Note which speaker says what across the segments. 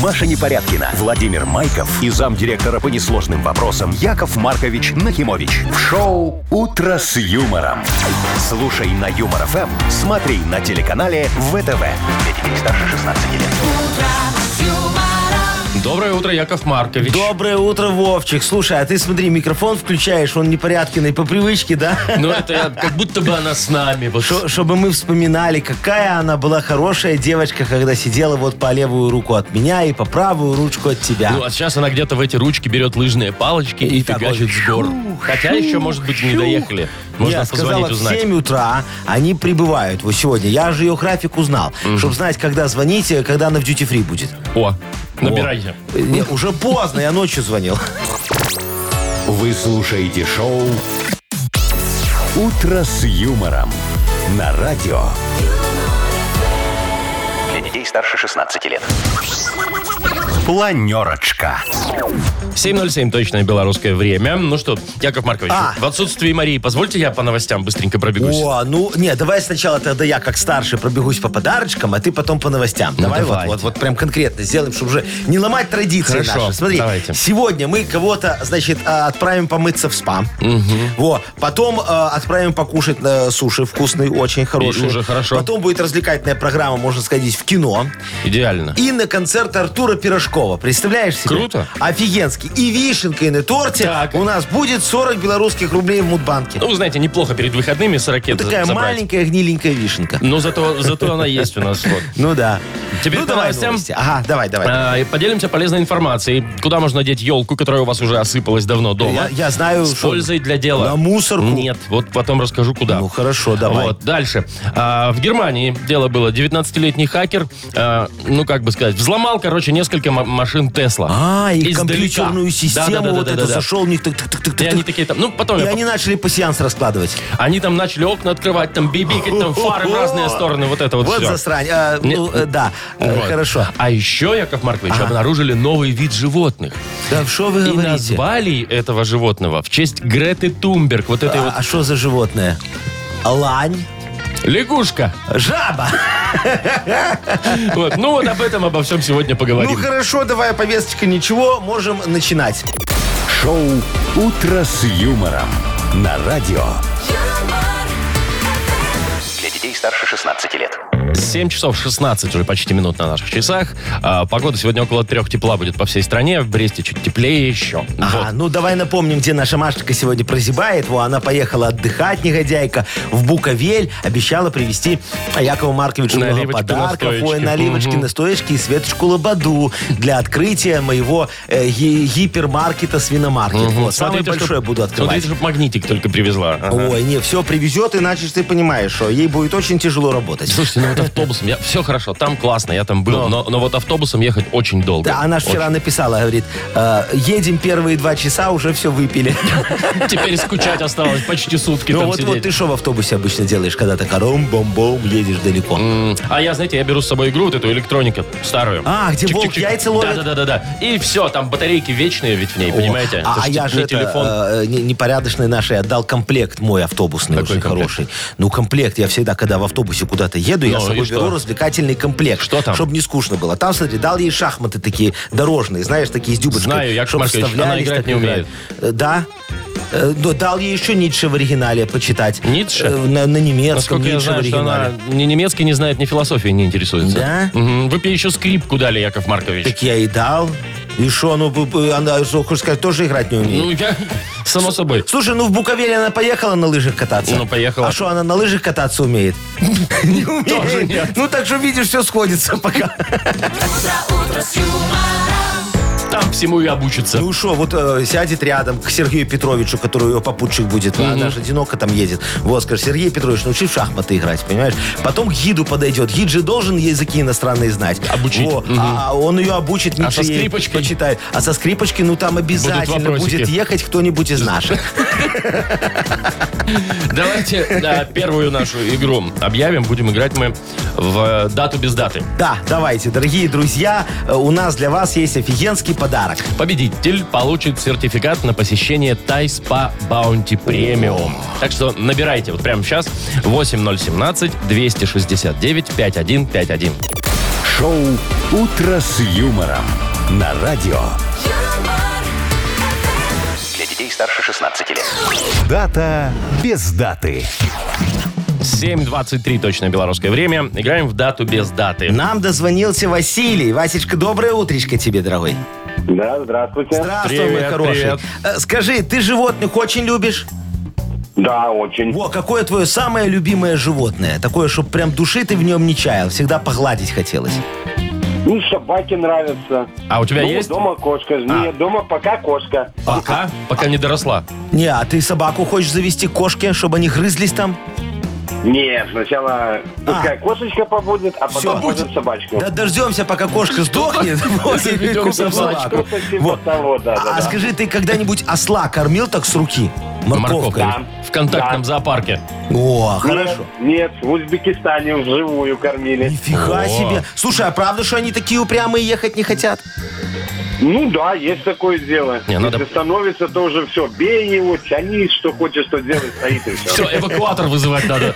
Speaker 1: Маша Непорядкина, Владимир Майков и замдиректора по несложным вопросам Яков Маркович Нахимович. В шоу «Утро с юмором». Слушай на Юмор ФМ, смотри на телеканале ВТВ. Для детей старше 16 лет.
Speaker 2: Доброе утро, Яков Маркович.
Speaker 3: Доброе утро, Вовчик. Слушай, а ты смотри, микрофон включаешь, он непорядкиный по привычке, да?
Speaker 2: Ну, это я, как будто бы она с нами. Вот.
Speaker 3: Шо- Чтобы мы вспоминали, какая она была хорошая девочка, когда сидела вот по левую руку от меня и по правую ручку от тебя.
Speaker 2: Ну, а сейчас она где-то в эти ручки берет лыжные палочки и,
Speaker 3: И такой
Speaker 2: фигачит с гор. Хотя еще, может быть, не доехали. Можно
Speaker 3: я сказала,
Speaker 2: позвонить, узнать.
Speaker 3: в 7 утра они прибывают вот сегодня. Я же ее график узнал, чтобы знать, когда звонить, э, когда она в дьюти-фри будет.
Speaker 2: О, набирайте.
Speaker 3: Э, не, уже поздно, я ночью звонил.
Speaker 1: Вы слушаете шоу «Утро с юмором» на радио. Для детей старше 16 лет. Планерочка.
Speaker 2: 7.07 точное белорусское время. Ну что, Яков Маркович,
Speaker 3: А.
Speaker 2: в отсутствии Марии, позвольте я по новостям быстренько пробегусь.
Speaker 3: О, ну, не, давай сначала тогда я как старший пробегусь по подарочкам, а ты потом по новостям. давай вот,
Speaker 2: Ну, давайте.
Speaker 3: вот, вот прям конкретно сделаем, чтобы уже не ломать традиции
Speaker 2: Хорошо,
Speaker 3: наши. Смотри,
Speaker 2: давайте.
Speaker 3: сегодня мы кого-то, значит, а, отправим помыться в спа. Во, потом а, отправим покушать а, суши вкусные, очень хорошие.
Speaker 2: уже хорошо.
Speaker 3: Потом будет развлекательная программа, можно сходить в кино.
Speaker 2: Идеально.
Speaker 3: И на концерт Артура Пирожкова. Представляешь себе?
Speaker 2: Круто.
Speaker 3: Офигенский. И вишенкой на торте
Speaker 2: Так.
Speaker 3: у нас будет 40 белорусских рублей в Мудбанке.
Speaker 2: Ну, вы знаете, неплохо перед выходными с ракет
Speaker 3: Ну, такая
Speaker 2: забрать.
Speaker 3: маленькая гниленькая вишенка.
Speaker 2: Но зато, зато она есть у нас. Вот.
Speaker 3: Ну да.
Speaker 2: Теперь
Speaker 3: ну
Speaker 2: по
Speaker 3: давай
Speaker 2: новостям.
Speaker 3: новости. Ага, давай, давай.
Speaker 2: А, и Поделимся полезной информацией. Куда можно деть елку, которая у вас уже осыпалась давно дома?
Speaker 3: Я- я знаю,
Speaker 2: С
Speaker 3: что-
Speaker 2: пользой для дела.
Speaker 3: На мусорку?
Speaker 2: Нет, вот потом расскажу, куда.
Speaker 3: Ну хорошо, давай.
Speaker 2: Вот, дальше. А, в Германии дело было. 19-летний хакер, а, ну как бы сказать, взломал, короче, несколько ма- машин Тесла.
Speaker 3: А, и
Speaker 2: Издалека.
Speaker 3: компьютерную систему
Speaker 2: Да-да-да-да-да-да.
Speaker 3: вот это зашел в них. так- так- так- так-
Speaker 2: И
Speaker 3: так.
Speaker 2: они такие там, ну потом
Speaker 3: И
Speaker 2: я по-
Speaker 3: они начали пассианс раскладывать.
Speaker 2: Они там начали окна открывать, там бибикать, там фары в разные стороны, вот это вот,
Speaker 3: Вот
Speaker 2: все.
Speaker 3: засрань. А, ну,
Speaker 2: Не-
Speaker 3: э, да, э,
Speaker 2: Вот.
Speaker 3: хорошо.
Speaker 2: А еще, Яков Маркович, обнаружили новый вид животных.
Speaker 3: Да что вы
Speaker 2: И
Speaker 3: говорите?
Speaker 2: назвали этого животного в честь Греты Тумберг. Вот этой
Speaker 3: А а что за животное? Лань. А.
Speaker 2: вот лягушка.
Speaker 3: Жаба.
Speaker 2: Вот. Ну вот об этом, обо всем сегодня
Speaker 3: Ну
Speaker 2: поговорим.
Speaker 3: хорошо, давай повесточка, ничего, можем начинать.
Speaker 1: Шоу «Утро с юмором» на радио. Для детей старше 16 лет.
Speaker 2: 7 часов 16 уже почти минут на наших часах. А, погода сегодня около трех тепла будет по всей стране. В Бресте чуть теплее еще.
Speaker 3: А,
Speaker 2: Вот.
Speaker 3: ну давай напомним, где наша Машечка сегодня прозябает. Во, она поехала отдыхать, негодяйка, в Буковель. Обещала привезти Якову Марковичу много
Speaker 2: Наливочки,
Speaker 3: подарков. Ой,
Speaker 2: настоечки.
Speaker 3: наливочки,
Speaker 2: Мгм.
Speaker 3: настоечки и Светочку Лободу для открытия моего э, ги- гипермаркета свиномаркет. Вот, самый
Speaker 2: Смотрите, чтоб-
Speaker 3: большой буду открывать.
Speaker 2: Смотрите, чтобы магнитик только привезла. А. Ага.
Speaker 3: Ой, не, все привезет, иначе ж ты понимаешь, что ей будет очень тяжело работать.
Speaker 2: Слушайте, ну вот автобусом, я, все хорошо, там классно, я там был, но, но вот автобусом ехать очень долго.
Speaker 3: Да, она ж вчера написала, говорит, «Э, едем первые два часа, уже все выпили.
Speaker 2: Очень. Теперь скучать осталось почти сутки
Speaker 3: Ну
Speaker 2: там
Speaker 3: вот,
Speaker 2: сидеть.
Speaker 3: вот ты что в автобусе обычно делаешь, когда ты кором-бом-бом едешь далеко?
Speaker 2: М, А я, знаете, я беру с собой игру, вот эту электронику старую.
Speaker 3: А, где волк
Speaker 2: Чик-чик-чик.
Speaker 3: яйца ловит?
Speaker 2: Да-да-да. И все, там батарейки вечные ведь в ней, понимаете?
Speaker 3: А,
Speaker 2: Это
Speaker 3: а
Speaker 2: ж
Speaker 3: я
Speaker 2: не
Speaker 3: же это,
Speaker 2: телефон.
Speaker 3: э, не- непорядочный наш, я отдал комплект мой автобусный,
Speaker 2: Какой
Speaker 3: очень
Speaker 2: комплект?
Speaker 3: хороший. Ну, комплект, я всегда, когда в автобусе куда-то еду, я
Speaker 2: Ну,
Speaker 3: с
Speaker 2: и
Speaker 3: собой
Speaker 2: что?
Speaker 3: беру развлекательный комплект.
Speaker 2: Что там?
Speaker 3: Чтобы не скучно было. Там, смотри, дал ей шахматы такие дорожные, знаешь, такие с дюбочкой.
Speaker 2: Знаю, Яков
Speaker 3: чтоб
Speaker 2: Маркович,
Speaker 3: вставлялись,
Speaker 2: она играть
Speaker 3: так
Speaker 2: не умеет.
Speaker 3: Э, Да? Э, да, дал ей еще Ницше в оригинале почитать.
Speaker 2: Ницше?
Speaker 3: Э, На, на немецком
Speaker 2: Насколько я
Speaker 3: Ницше в
Speaker 2: знаю, что
Speaker 3: оригинале.
Speaker 2: она ни немецкий не знает, ни философии не интересуется.
Speaker 3: Да?
Speaker 2: Мгм. Вы бы ей еще скрипку дали, Яков Маркович.
Speaker 3: Так я и дал. И что, ну, б- б- она, что, хочешь сказать, тоже играть не умеет?
Speaker 2: Ну, я... Само собой.
Speaker 3: Слушай, ну в Буковеле она поехала на лыжах кататься.
Speaker 2: Ну, поехала.
Speaker 3: А что, она на лыжах кататься умеет? Не
Speaker 2: Тоже нет.
Speaker 3: умеет. Ну, так что, видишь, все сходится пока.
Speaker 2: Там всему и обучится.
Speaker 3: Ну что, вот э, сядет рядом к Сергею Петровичу, который ее попутчик будет. Ну, Она же одиноко там едет. Вот, скажет, Сергей Петрович, научи в шахматы играть, понимаешь? Потом к гиду подойдет. Гид же должен языки иностранные знать.
Speaker 2: Обучить.
Speaker 3: Во,
Speaker 2: Мгм.
Speaker 3: А он ее обучит,
Speaker 2: А
Speaker 3: Ницше
Speaker 2: со
Speaker 3: ей
Speaker 2: скрипочкой?
Speaker 3: почитает. А со скрипочкой, ну там обязательно
Speaker 2: вопросики.
Speaker 3: будет ехать кто-нибудь из наших.
Speaker 2: Давайте да, первую нашу игру объявим. Будем играть мы в э, дату без даты.
Speaker 3: Да, давайте, дорогие друзья, э, у нас для вас есть офигенский подарок.
Speaker 2: Победитель получит сертификат на посещение Тайспа Баунти Премиум. Так что набирайте вот прямо сейчас 8017-269-5151.
Speaker 1: Шоу «Утро с юмором» на радио.
Speaker 4: юмор,
Speaker 5: Для детей старше 16 лет.
Speaker 1: Дата без даты.
Speaker 2: 7.23 точное белорусское время. Играем в дату без даты.
Speaker 3: Нам дозвонился Василий. Васечка, доброе утречко тебе, дорогой.
Speaker 6: Да, здравствуйте.
Speaker 3: Здравствуй, мой
Speaker 2: Привет,
Speaker 3: хороший.
Speaker 2: привет.
Speaker 3: Э, Скажи, ты животных очень любишь?
Speaker 6: Да, очень.
Speaker 3: Во, какое твое самое любимое животное? Такое, чтобы прям души ты в нем не чаял. Всегда погладить хотелось.
Speaker 6: Ну, собаки нравятся.
Speaker 2: А у тебя
Speaker 6: Ну,
Speaker 2: есть?
Speaker 6: дома
Speaker 3: А.
Speaker 6: кошка. Нет, дома пока кошка.
Speaker 2: Пока. Пока не доросла.
Speaker 3: Не, а ты собаку хочешь завести к кошке, чтобы они грызлись там?
Speaker 6: Нет, сначала пускай кошечка побудет, а
Speaker 3: Всё.
Speaker 6: потом будет собачку.
Speaker 3: Да дождемся, пока кошка сдохнет. вот, и
Speaker 2: заведем
Speaker 3: купим
Speaker 2: собачку.
Speaker 3: собаку.
Speaker 6: Что-то типа
Speaker 3: Вот.
Speaker 6: того, да, да,
Speaker 3: А
Speaker 6: да.
Speaker 3: скажи, ты когда-нибудь осла кормил так с руки? Морковкой.
Speaker 2: Морковка. В контактном зоопарке.
Speaker 3: О,
Speaker 6: Нет,
Speaker 3: хорошо.
Speaker 6: Нет, в Узбекистане вживую кормили.
Speaker 3: Нифига
Speaker 2: О.
Speaker 3: себе. Слушай, а правда, что они такие упрямые ехать не хотят?
Speaker 6: Ну да, есть такое дело.
Speaker 2: Не,
Speaker 3: ну
Speaker 6: Если
Speaker 2: надо-
Speaker 6: становится, то уже все. Бей его, тяни, что хочешь, что делать, стоит и все.
Speaker 2: Все, эвакуатор вызывать надо.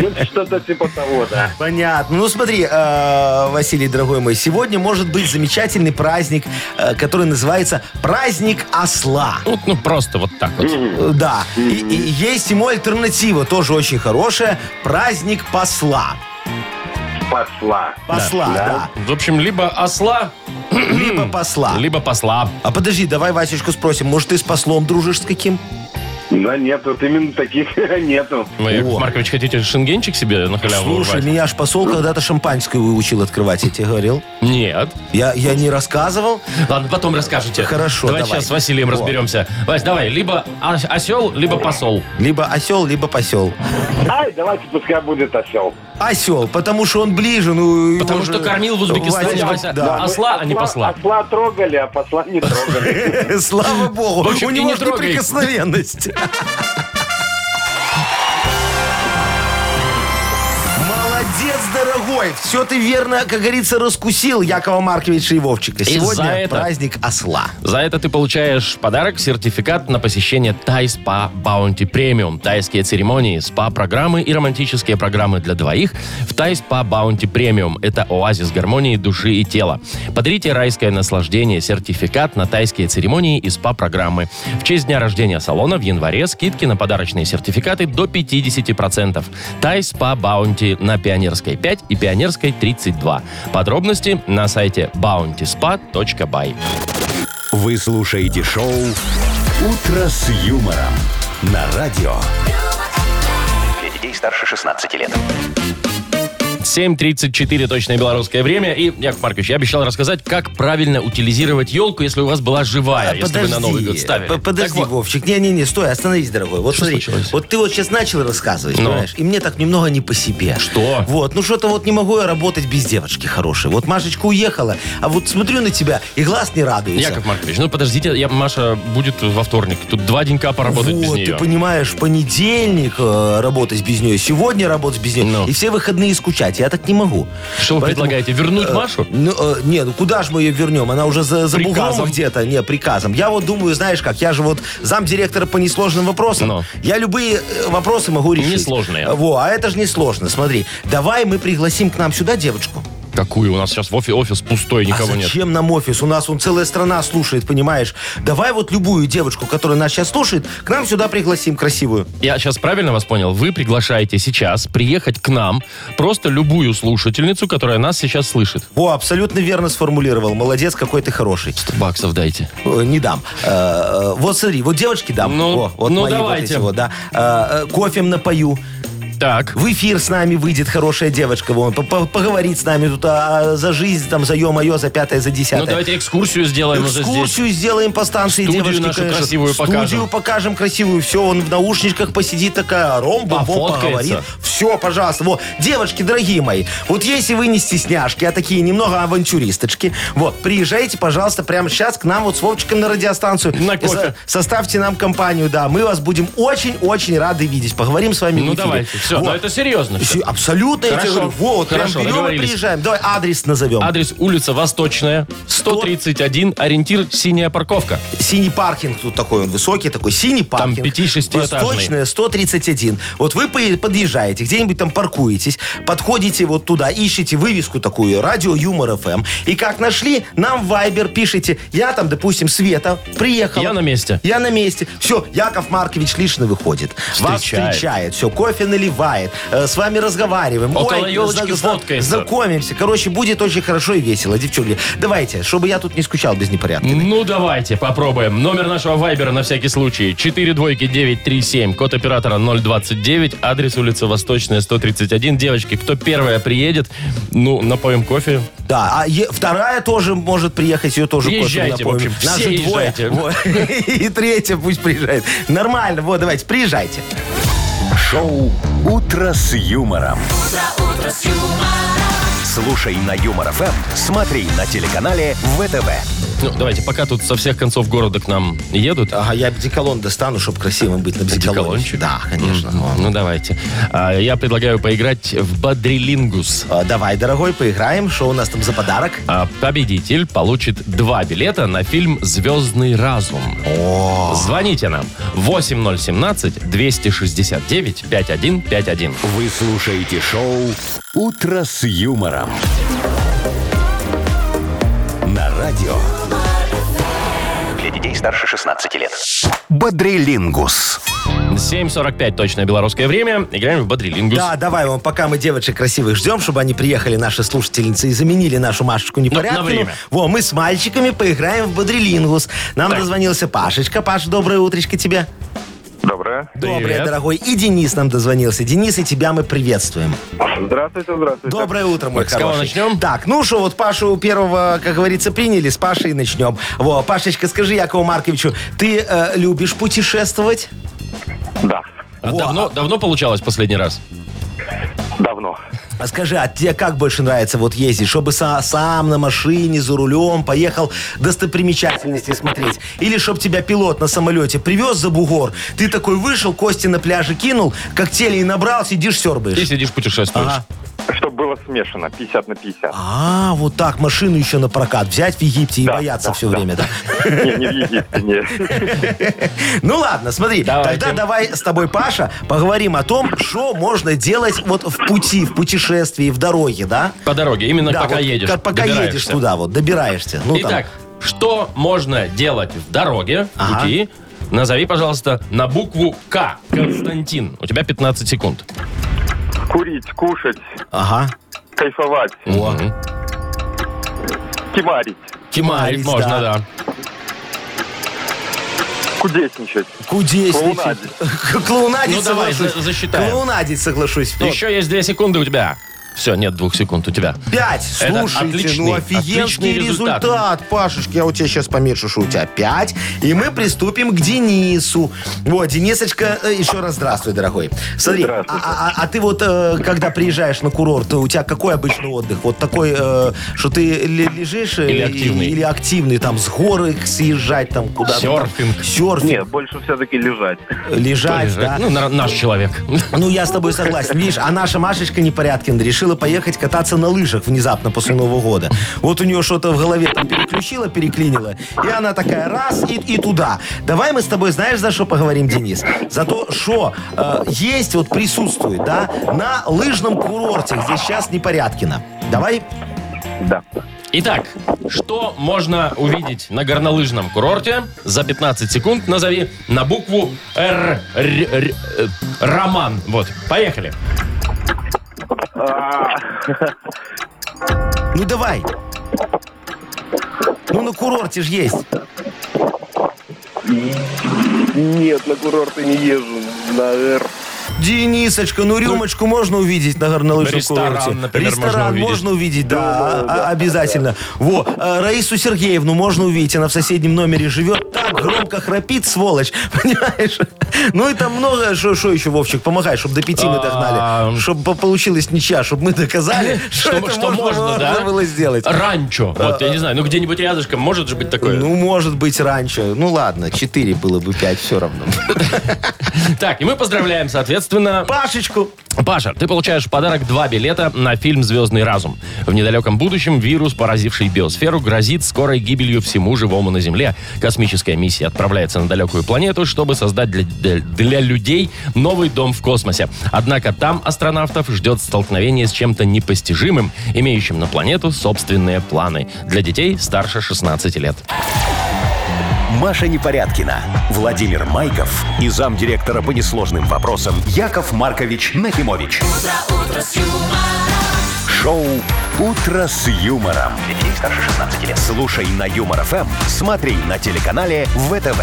Speaker 6: Ну, что-то типа того, да.
Speaker 3: Понятно. Ну смотри, э, Василий, дорогой мой, сегодня может быть замечательный праздник, э, который называется «Праздник осла».
Speaker 2: Вот, ну, просто вот так вот.
Speaker 3: Э, Да. И, и есть ему альтернатива, тоже очень хорошая. Праздник посла.
Speaker 6: Посла.
Speaker 3: Посла, да. Хм.
Speaker 2: В общем, либо осла,
Speaker 3: Либо посла.
Speaker 2: либо посла.
Speaker 3: А подожди, давай Васечку спросим, может, ты с послом дружишь с каким?
Speaker 6: Да нет, вот именно таких нету.
Speaker 2: Вы, Яков
Speaker 3: О.
Speaker 2: Маркович, хотите шенгенчик себе на халяву
Speaker 3: Слушай,
Speaker 2: урвать?
Speaker 3: меня ж посол когда-то шампанское выучил открывать, я тебе говорил.
Speaker 2: Нет.
Speaker 3: Я, я не рассказывал.
Speaker 2: Ладно, потом расскажете.
Speaker 3: Хорошо,
Speaker 2: Давай,
Speaker 3: давай.
Speaker 2: сейчас с Василием
Speaker 3: Во.
Speaker 2: разберемся. Вась, давай, либо ос- осел, либо посол.
Speaker 3: Либо осел, либо посел.
Speaker 6: Ай, давайте пускай будет осел.
Speaker 3: Осел, потому что он ближе. Ну, его
Speaker 2: Потому
Speaker 3: же-
Speaker 2: что кормил в Узбекистане
Speaker 3: Вася,
Speaker 2: Вася-
Speaker 3: да.
Speaker 2: осла, а не посла.
Speaker 6: Осла трогали, а посла не трогали.
Speaker 3: Слава богу,
Speaker 2: В общем,
Speaker 3: у
Speaker 2: и
Speaker 3: него
Speaker 2: не
Speaker 3: же
Speaker 2: трогай.
Speaker 3: неприкосновенность. Молодец, дорогой. Все ты верно, как говорится, раскусил Якова Марковича и Вовчика.
Speaker 2: И
Speaker 3: Сегодня
Speaker 2: за это-
Speaker 3: праздник осла.
Speaker 2: За это ты получаешь в подарок, сертификат на посещение Тай Спа Баунти Премиум. Тайские церемонии, спа-программы и романтические программы для двоих в Тай Спа Баунти Премиум. Это оазис гармонии души и тела. Подарите райское наслаждение, сертификат на тайские церемонии и спа-программы. В честь дня рождения салона в январе скидки на подарочные сертификаты до 50%. Тай Спа Баунти на Пионерской 5 и Пионерской 32. Подробности на сайте bountyspa.by.
Speaker 1: Вы слушаете шоу «Утро с юмором» на радио.
Speaker 5: Для детей старше 16 лет.
Speaker 2: 7.34 точное белорусское время. И, Яков Маркович, я обещал рассказать, как правильно утилизировать елку, если у вас была живая, А если вы на Новый год ставили.
Speaker 3: п- Подожди,
Speaker 2: Так вот,
Speaker 3: Вовчик. Не-не-не, стой, остановись, дорогой. Вот смотри,
Speaker 2: случилось?
Speaker 3: вот ты вот сейчас начал рассказывать,
Speaker 2: Ну.
Speaker 3: понимаешь, и мне так немного не по себе.
Speaker 2: Что?
Speaker 3: Вот, ну что-то вот не могу я работать без девочки хорошей. Вот Машечка уехала, а вот смотрю на тебя, и глаз не радуется.
Speaker 2: Яков Маркович, ну подождите, я, Маша будет во вторник. Тут два денька поработать
Speaker 3: вот,
Speaker 2: без нее.
Speaker 3: ты понимаешь, понедельник э, работать без нее, сегодня работать без нее,
Speaker 2: Ну.
Speaker 3: и все выходные скучать. Я так не могу.
Speaker 2: Что вы
Speaker 3: Поэтому,
Speaker 2: предлагаете, вернуть
Speaker 3: э,
Speaker 2: Машу?
Speaker 3: Ну, э, не, ну куда же мы ее вернем? Она уже за, за бугром
Speaker 2: Приказом.
Speaker 3: где-то, не, приказом. Я вот думаю, знаешь как, я же вот замдиректора по несложным вопросам.
Speaker 2: Ну.
Speaker 3: Я любые э, вопросы могу решить.
Speaker 2: Несложные.
Speaker 3: Во, а это же несложно. Смотри, давай мы пригласим к нам сюда девочку.
Speaker 2: Какую? У нас сейчас в офи- офис пустой, никого
Speaker 3: а
Speaker 2: нет.
Speaker 3: зачем нам офис? У нас он целая страна слушает, понимаешь? Давай вот любую девочку, которая нас сейчас слушает, к нам сюда пригласим красивую.
Speaker 2: Я сейчас правильно вас понял? Вы приглашаете сейчас приехать к нам просто любую слушательницу, которая нас сейчас слышит.
Speaker 3: О, абсолютно верно сформулировал. Молодец, какой ты хороший.
Speaker 2: 100 баксов дайте.
Speaker 3: Э, Не дам. Э, э, Вот смотри, вот девочки дам.
Speaker 2: Ну,
Speaker 3: Во, вот
Speaker 2: ну,
Speaker 3: мои вот
Speaker 2: давайте.
Speaker 3: эти вот, да. Э, э, Кофем напою.
Speaker 2: Так.
Speaker 3: В эфир с нами выйдет хорошая девочка. Вон, по- по- поговорит с нами тут а, за жизнь, там, за ё-моё, за пятое, за
Speaker 2: Ну
Speaker 3: десятое.
Speaker 2: давайте экскурсию сделаем уже здесь.
Speaker 3: Экскурсию сделаем по станции
Speaker 2: Студию
Speaker 3: девочки,
Speaker 2: нашу
Speaker 3: конечно.
Speaker 2: красивую
Speaker 3: Студию
Speaker 2: покажем.
Speaker 3: покажем красивую. Все, он в наушничках посидит такая, а ром, бом, бом,
Speaker 2: Пофоткается.
Speaker 3: поговорит. Все, пожалуйста. Вот, девочки, дорогие мои, вот если вы не стесняшки, а такие немного авантюристочки, вот, приезжайте, пожалуйста, прямо сейчас к нам вот с Вовчиком на радиостанцию.
Speaker 2: На кофе.
Speaker 3: Со- Составьте нам компанию, да. Мы вас будем очень-очень рады видеть. Поговорим с вами
Speaker 2: Ну,
Speaker 3: в эфире.
Speaker 2: давайте, Все,
Speaker 3: Вот.
Speaker 2: но это серьезно. всё.
Speaker 3: Си- Абсолютно, я тебе
Speaker 2: Хорошо.
Speaker 3: говорю. Вот, прям
Speaker 2: Хорошо,
Speaker 3: берем и
Speaker 2: договорились.
Speaker 3: приезжаем. Давай адрес назовем.
Speaker 2: Адрес улица Восточная, 131, ориентир «Синяя парковка».
Speaker 3: Синий паркинг тут такой, он высокий такой, синий паркинг.
Speaker 2: пяти-шестиэтажный.
Speaker 3: Восточная, 131. Вот вы по- подъезжаете, где-нибудь там паркуетесь, подходите вот туда, ищете вывеску такую, радио Юмор ФМ, и как нашли, нам в Вайбер пишите, я там, допустим, Света, приехала.
Speaker 2: Я на месте.
Speaker 3: Я на месте. Все, Яков Маркович лично выходит. Вас
Speaker 2: Встречает.
Speaker 3: встречает. Все, кофе наливает. э, С вами разговариваем.
Speaker 2: Около
Speaker 3: Ой,
Speaker 2: елочки
Speaker 3: зна- зна-
Speaker 2: фоткается.
Speaker 3: Знакомимся. Короче, будет очень хорошо и весело. Девчонки, давайте, чтобы я тут не скучал без непорядка.
Speaker 2: Ну, давайте попробуем. Номер нашего вайбера на всякий случай. 4 двойки 937, код оператора 029, адрес улица Восточная, 131. Девочки, кто первая приедет, ну, напоим кофе.
Speaker 3: Да, а е- вторая тоже может приехать, ее тоже
Speaker 2: Езжайте,
Speaker 3: кофе
Speaker 2: в общем,
Speaker 3: напомним. Нас
Speaker 2: все
Speaker 3: же двое.
Speaker 2: езжайте.
Speaker 3: Вот. И третья пусть приезжает. Нормально, вот, давайте, приезжайте.
Speaker 1: Шоу «Утро с юмором». Слушай на Юмор ФМ, смотри на телеканале ВТВ.
Speaker 2: Ну, давайте, пока тут со всех концов города к нам едут. А,
Speaker 3: Ага, я бдиколон достану, чтобы красивым быть на бдиколоне.
Speaker 2: Одеколончик.
Speaker 3: Да, конечно.
Speaker 2: М, Ну, давайте. А, Я предлагаю поиграть в Бодрилингус.
Speaker 3: А, Давай, дорогой, поиграем. Что у нас там за подарок?
Speaker 2: А победитель получит два билета на фильм «Звездный разум». Звоните нам 8017-269-5151.
Speaker 1: Вы слушаете шоу «Утро с юмором». На радио
Speaker 5: Для детей старше 16 лет.
Speaker 1: «Бодрилингус».
Speaker 2: 7.45 точное белорусское время. Играем в «Бодрилингус».
Speaker 3: Да, давай, вон, пока мы девочек красивых ждем, чтобы они приехали, наши слушательницы, и заменили нашу Машечку
Speaker 2: Ну,
Speaker 3: непорядкину.
Speaker 2: на время.
Speaker 3: Во, мы с мальчиками поиграем в бодрелингус. Нам
Speaker 2: Так.
Speaker 3: дозвонился Пашечка. Паш, доброе утречко тебе.
Speaker 4: Доброе.
Speaker 2: Привет.
Speaker 3: Доброе, дорогой. И Денис нам дозвонился. Денис, и тебя мы приветствуем.
Speaker 4: Здравствуйте, здравствуйте.
Speaker 3: Доброе утро, мой
Speaker 2: Так, с кого
Speaker 3: хороший.
Speaker 2: начнем?
Speaker 3: Так, ну что, вот Пашу первого, как говорится, приняли, с Пашей начнем. Во, Пашечка, скажи Якову Марковичу, ты э, любишь путешествовать?
Speaker 4: Да,
Speaker 2: А давно, давно получалось последний раз?
Speaker 4: давно.
Speaker 3: А скажи, а тебе как больше нравится вот ездить, чтобы са- сам на машине, за рулем поехал достопримечательности смотреть? Или чтобы тебя пилот на самолете привез за бугор, ты такой вышел, кости на пляже кинул, коктейли набрал, сидишь, сербаешь?
Speaker 2: Ты сидишь, путешествуешь.
Speaker 3: Ага.
Speaker 4: Чтобы было смешано, 50 на 50.
Speaker 3: А, вот так, машину еще на прокат взять в Египте и
Speaker 4: Да,
Speaker 3: бояться
Speaker 4: да,
Speaker 3: все
Speaker 4: да.
Speaker 3: время, да?
Speaker 4: Не, не в Египте, не.
Speaker 3: Ну ладно, смотри,
Speaker 2: Давайте.
Speaker 3: тогда давай с тобой, Паша, поговорим о том, что можно делать вот в пути, в путешествии, в дороге, да?
Speaker 2: По дороге, именно
Speaker 3: да,
Speaker 2: Ну, пока
Speaker 3: вот
Speaker 2: едешь.
Speaker 3: как- пока
Speaker 2: добираешься.
Speaker 3: едешь туда, вот, добираешься. Ну, там,
Speaker 2: Итак, что можно делать в дороге, в
Speaker 3: Ага.
Speaker 2: пути? Назови, пожалуйста, на букву К. Константин, у тебя 15 секунд.
Speaker 4: Курить, кушать,
Speaker 3: Ага.
Speaker 4: кайфовать,
Speaker 2: Мгм.
Speaker 4: кимарить,
Speaker 2: Кимарить
Speaker 3: Кимарить,
Speaker 2: можно,
Speaker 3: да.
Speaker 2: да.
Speaker 4: кудесничать.
Speaker 3: Кудесничать.
Speaker 4: Клоунадить.
Speaker 3: Клоунадить
Speaker 2: Ну, давай,
Speaker 3: соглашусь.
Speaker 2: за- засчитаем. Ну,
Speaker 3: Клоунадить соглашусь. Вот.
Speaker 2: Еще есть две секунды у тебя. Все, нет двух секунд у тебя.
Speaker 3: Пять.
Speaker 2: Это
Speaker 3: Слушайте,
Speaker 2: отличный,
Speaker 3: ну
Speaker 2: отличный
Speaker 3: офигенский
Speaker 2: результат.
Speaker 3: результат. Пашечка, я у тебя сейчас помешу, что у тебя пять. И мы приступим к Денису. Вот, Денисочка, э, еще раз здравствуй, дорогой. Смотри, а,
Speaker 4: Здравствуйте.
Speaker 3: а- а- а ты вот, э, когда приезжаешь на курорт, у тебя какой обычно отдых? Вот такой, э, что ты ле- лежишь... э,
Speaker 2: Или
Speaker 3: и-
Speaker 2: активный.
Speaker 3: Или активный, там, с горы съезжать, там, куда-то. там.
Speaker 2: Серфинг.
Speaker 3: Серфинг.
Speaker 4: Нет, больше все-таки лежать.
Speaker 3: Лежать,
Speaker 2: Лежать.
Speaker 3: да.
Speaker 2: Ну, на- наш человек.
Speaker 3: Ну, я с тобой согласен. Видишь, а наша Машечка Непорядкин решила поехать кататься на лыжах внезапно после Нового года. Вот у нее что-то в голове там переключило, переклинило. И она такая раз и, и туда. Давай мы с тобой, знаешь, за что поговорим, Денис? За то, что э, есть, вот присутствует, да, на лыжном курорте, где сейчас Непорядкина. Давай.
Speaker 4: Да.
Speaker 2: Итак, что можно увидеть на горнолыжном курорте? За 15 секунд назови на букву Р. Р- Р- э, Роман. Вот, поехали.
Speaker 4: А,
Speaker 3: Ну, давай. Ну, на курорте же есть.
Speaker 4: Нет, на курорты не езжу. На Р.
Speaker 3: Денисочка, ну рюмочку можно увидеть на горнолыжном
Speaker 2: Ресторан,
Speaker 3: курорте.
Speaker 2: например,
Speaker 3: Ресторан
Speaker 2: можно увидеть.
Speaker 3: увидеть, да, а- а- обязательно. Во, а, Раису Сергеевну можно увидеть, она в соседнем номере живет, так громко храпит, сволочь, понимаешь? Ну и там много, что что еще, Вовчик, помогай, чтобы до пяти мы
Speaker 2: А,
Speaker 3: догнали, чтобы получилось ничья, чтобы мы доказали, что
Speaker 2: Что,
Speaker 3: это
Speaker 2: что можно, да?
Speaker 3: было сделать.
Speaker 2: Ранчо. Вот, я не знаю, ну где-нибудь рядышком может же быть такое.
Speaker 3: Ну, может быть, раньше. Ну, ладно, четыре было бы пять, все равно.
Speaker 2: Так, и мы поздравляем, Соответственно,
Speaker 3: Пашечку.
Speaker 2: Паша, ты получаешь в подарок два билета на фильм «Звездный разум». В недалеком будущем вирус, поразивший биосферу, грозит скорой гибелью всему живому на Земле. Космическая миссия отправляется на далекую планету, чтобы создать для, для- для людей новый дом в космосе. Однако там астронавтов ждет столкновение с чем-то непостижимым, имеющим на планету собственные планы. Для детей старше 16 лет.
Speaker 1: Маша Непорядкина, Владимир Майков и замдиректора по несложным вопросам Яков Маркович Нахимович. Шоу Утро с юмором.
Speaker 5: Детей старше 16 лет.
Speaker 1: Слушай на юмор ФМ, смотри на телеканале ВТВ.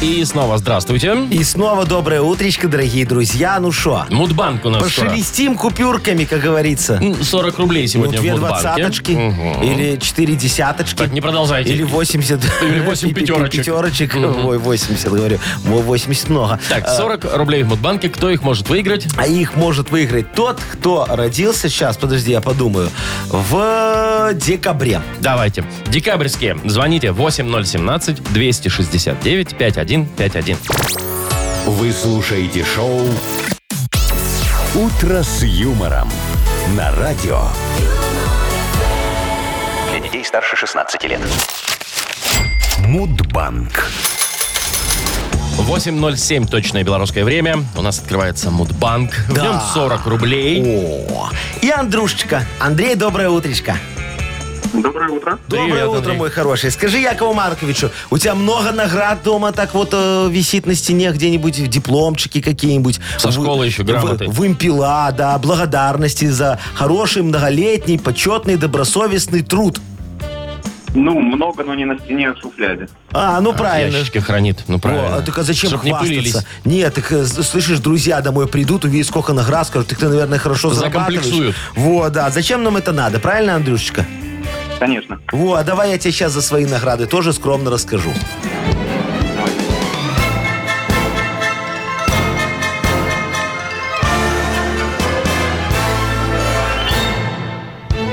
Speaker 2: И снова здравствуйте.
Speaker 3: И снова доброе утречко, дорогие друзья. Ну шо,
Speaker 2: Мудбанк у нас скоро.
Speaker 3: пошелестим купюрками, как говорится.
Speaker 2: 40 рублей
Speaker 3: Ну,
Speaker 2: сегодня
Speaker 3: две
Speaker 2: в Мудбанке.
Speaker 3: двадцаточки
Speaker 2: Мгм.
Speaker 3: или четыре десяточки.
Speaker 2: Так, не продолжайте.
Speaker 3: Или 80.
Speaker 2: Или восемь
Speaker 3: Пи- пи- пи-
Speaker 2: пятерочек.
Speaker 3: Пятерочек. Ой, 80, говорю. Ой, 80 много.
Speaker 2: Так,
Speaker 3: А,
Speaker 2: 40 рублей в Мудбанке. Кто их может выиграть?
Speaker 3: А их может выиграть тот, кто родился сейчас, подожди, я подумаю, в декабре.
Speaker 2: Давайте. Декабрьские. Звоните 8017-269-5151.
Speaker 1: Вы слушаете шоу Утро с юмором на радио.
Speaker 5: Для детей старше 16 лет.
Speaker 1: Мудбанк.
Speaker 2: 8.07 точное белорусское время. У нас открывается Мудбанк. В
Speaker 3: Да.
Speaker 2: нем 40 рублей.
Speaker 3: О, и Андрушечка. Андрей, доброе утречко.
Speaker 6: Доброе утро.
Speaker 3: Доброе
Speaker 2: Привет,
Speaker 3: утро,
Speaker 2: Андрей.
Speaker 3: мой хороший. Скажи Якову Марковичу, у тебя много наград дома так вот э, висит на стене где-нибудь, дипломчики какие-нибудь.
Speaker 2: Со
Speaker 3: В-
Speaker 2: школы еще
Speaker 3: в-
Speaker 2: грамоты.
Speaker 3: Вымпела, да, благодарности за хороший, многолетний, почетный, добросовестный труд.
Speaker 6: Ну, много, но не на стене, а в шуфляде.
Speaker 3: А, ну
Speaker 2: В
Speaker 3: правильно.
Speaker 2: ящичке хранит. Ну, правильно.
Speaker 3: О, а так а зачем
Speaker 2: Чтоб не пылились.
Speaker 3: хвастаться? Нет, так э, с- слышишь, друзья домой придут, увидят, сколько наград, скажут, так ты, наверное, хорошо зарабатываешь».
Speaker 2: Закомплексуют.
Speaker 3: Вот, да. Зачем нам это надо, правильно, Андрюшечка?
Speaker 6: Конечно.
Speaker 3: Во, а давай я тебе сейчас за свои награды тоже скромно расскажу.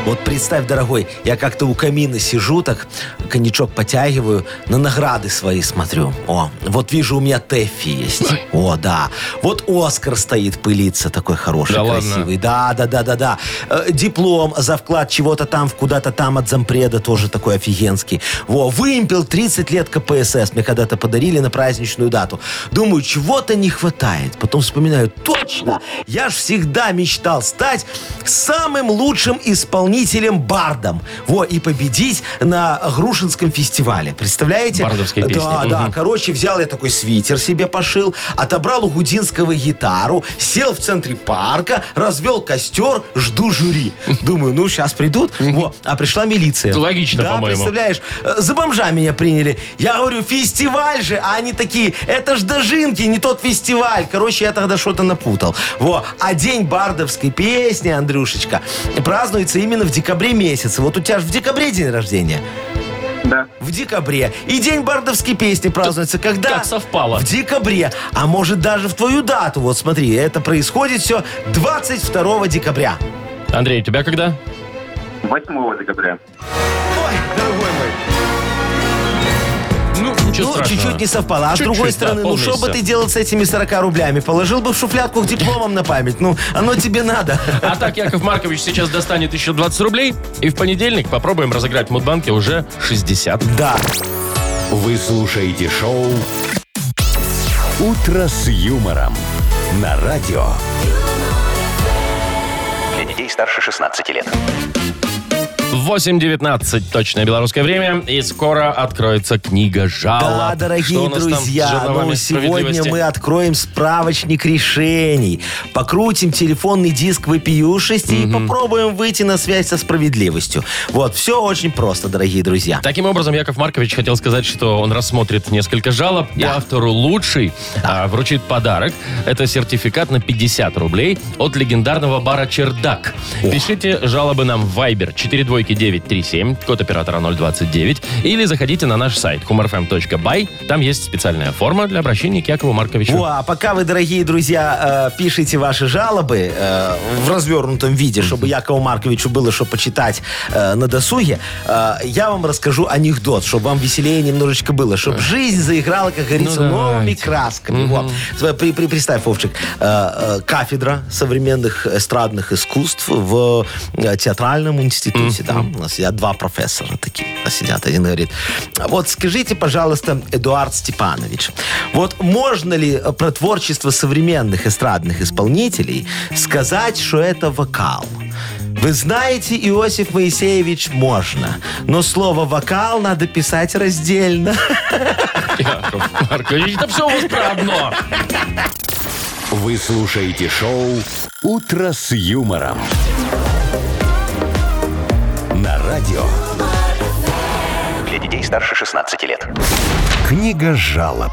Speaker 3: Вот представь, дорогой, я как-то у камина сижу, так коньячок потягиваю, на награды свои смотрю. О, вот вижу, у меня Тэффи есть. О, да. Вот Оскар стоит пылиться, такой хороший,
Speaker 2: Да ладно?
Speaker 3: красивый. Да, да, да, да, да. Э, диплом за вклад чего-то там, в куда-то там от зампреда тоже такой офигенский. Во, вымпел 30 лет КПСС. Мне когда-то подарили на праздничную дату. Думаю, чего-то не хватает. Потом вспоминаю, точно, я ж всегда мечтал стать самым лучшим исполнителем-бардом. Во, и победить на Грушинском фестивале. Представляете?
Speaker 2: Бардовские
Speaker 3: да,
Speaker 2: песни.
Speaker 3: да,
Speaker 2: Мгм.
Speaker 3: А, Короче, взял я такой свитер себе пошил, отобрал у Гудинского гитару, сел в центре парка, развел костер, жду жюри. Думаю, ну, сейчас придут. Во, а пришла милиция.
Speaker 2: Это логично,
Speaker 3: да,
Speaker 2: по-моему.
Speaker 3: представляешь, э, за бомжа меня приняли. Я говорю, фестиваль же, а они такие, это ж дожинки, не тот фестиваль. Короче, я тогда что-то напутал. Во, а день бардовской песни, Андрюшечка, празднуется именно в декабре месяце. Вот у тебя же в декабре день рождения
Speaker 6: Да.
Speaker 3: в декабре. И День бардовской песни празднуется, когда...
Speaker 2: как совпало.
Speaker 3: В декабре. А может даже в твою дату. Вот смотри, это происходит все 22 декабря.
Speaker 2: Андрей, у тебя когда?
Speaker 6: 8 декабря.
Speaker 3: Ой, дорогой мой.
Speaker 2: Ну, ничего
Speaker 3: ну, чуть-чуть не совпало. А с
Speaker 2: Чуть-чуть,
Speaker 3: другой
Speaker 2: да,
Speaker 3: стороны, ну
Speaker 2: полмесяца.
Speaker 3: что бы ты делал с этими 40 рублями? Положил бы в шуфлядку к дипломам на память. Ну, оно тебе надо.
Speaker 2: А так Яков Маркович сейчас достанет еще 20 рублей. И в понедельник попробуем разыграть в Мудбанке уже 60.
Speaker 3: Да.
Speaker 1: Вы слушаете шоу Утро с юмором на радио.
Speaker 5: Для детей старше 16 лет.
Speaker 2: 8.19, точное белорусское время. И скоро откроется книга жалоб.
Speaker 3: Да, дорогие
Speaker 2: Что у нас там с
Speaker 3: друзья,
Speaker 2: жерновами
Speaker 3: ну сегодня
Speaker 2: справедливости?
Speaker 3: мы откроем справочник решений, покрутим телефонный диск вопиюшести и попробуем выйти на связь со справедливостью. Вот, все очень просто, дорогие друзья.
Speaker 2: Таким образом, Яков Маркович хотел сказать, что он рассмотрит несколько жалоб, и автору лучший а, вручит подарок. Это сертификат на 50 рублей от легендарного бара «Чердак». Пишите жалобы нам в Viber двойки 937, код оператора 029, или заходите на наш сайт humorfm.by. Там есть специальная форма для обращения к Якову Марковичу.
Speaker 3: Во, а пока вы, дорогие друзья, э, пишите ваши жалобы э, в развернутом виде, чтобы Якову Марковичу было что почитать э, на досуге, э, я вам расскажу анекдот, чтобы вам веселее немножечко было, чтобы жизнь заиграла, как говорится,
Speaker 2: Ну,
Speaker 3: новыми
Speaker 2: давайте.
Speaker 3: красками. Вот. Сп- При, при- представь, Вовчик, э, э, кафедра современных эстрадных искусств в э, театральном институте. Там у нас сидят два профессора такие. Сидят, один говорит, вот скажите, пожалуйста, Эдуард Степанович, вот можно ли э, про творчество современных эстрадных исполнителей сказать, что это вокал? Вы знаете, Иосиф Моисеевич, можно, но слово «вокал» надо писать раздельно.
Speaker 2: Яков Маркович, это все у вас про одно.
Speaker 1: Вы слушаете шоу «Утро с юмором». На радио
Speaker 5: Для детей старше 16 лет.
Speaker 1: «Книга жалоб».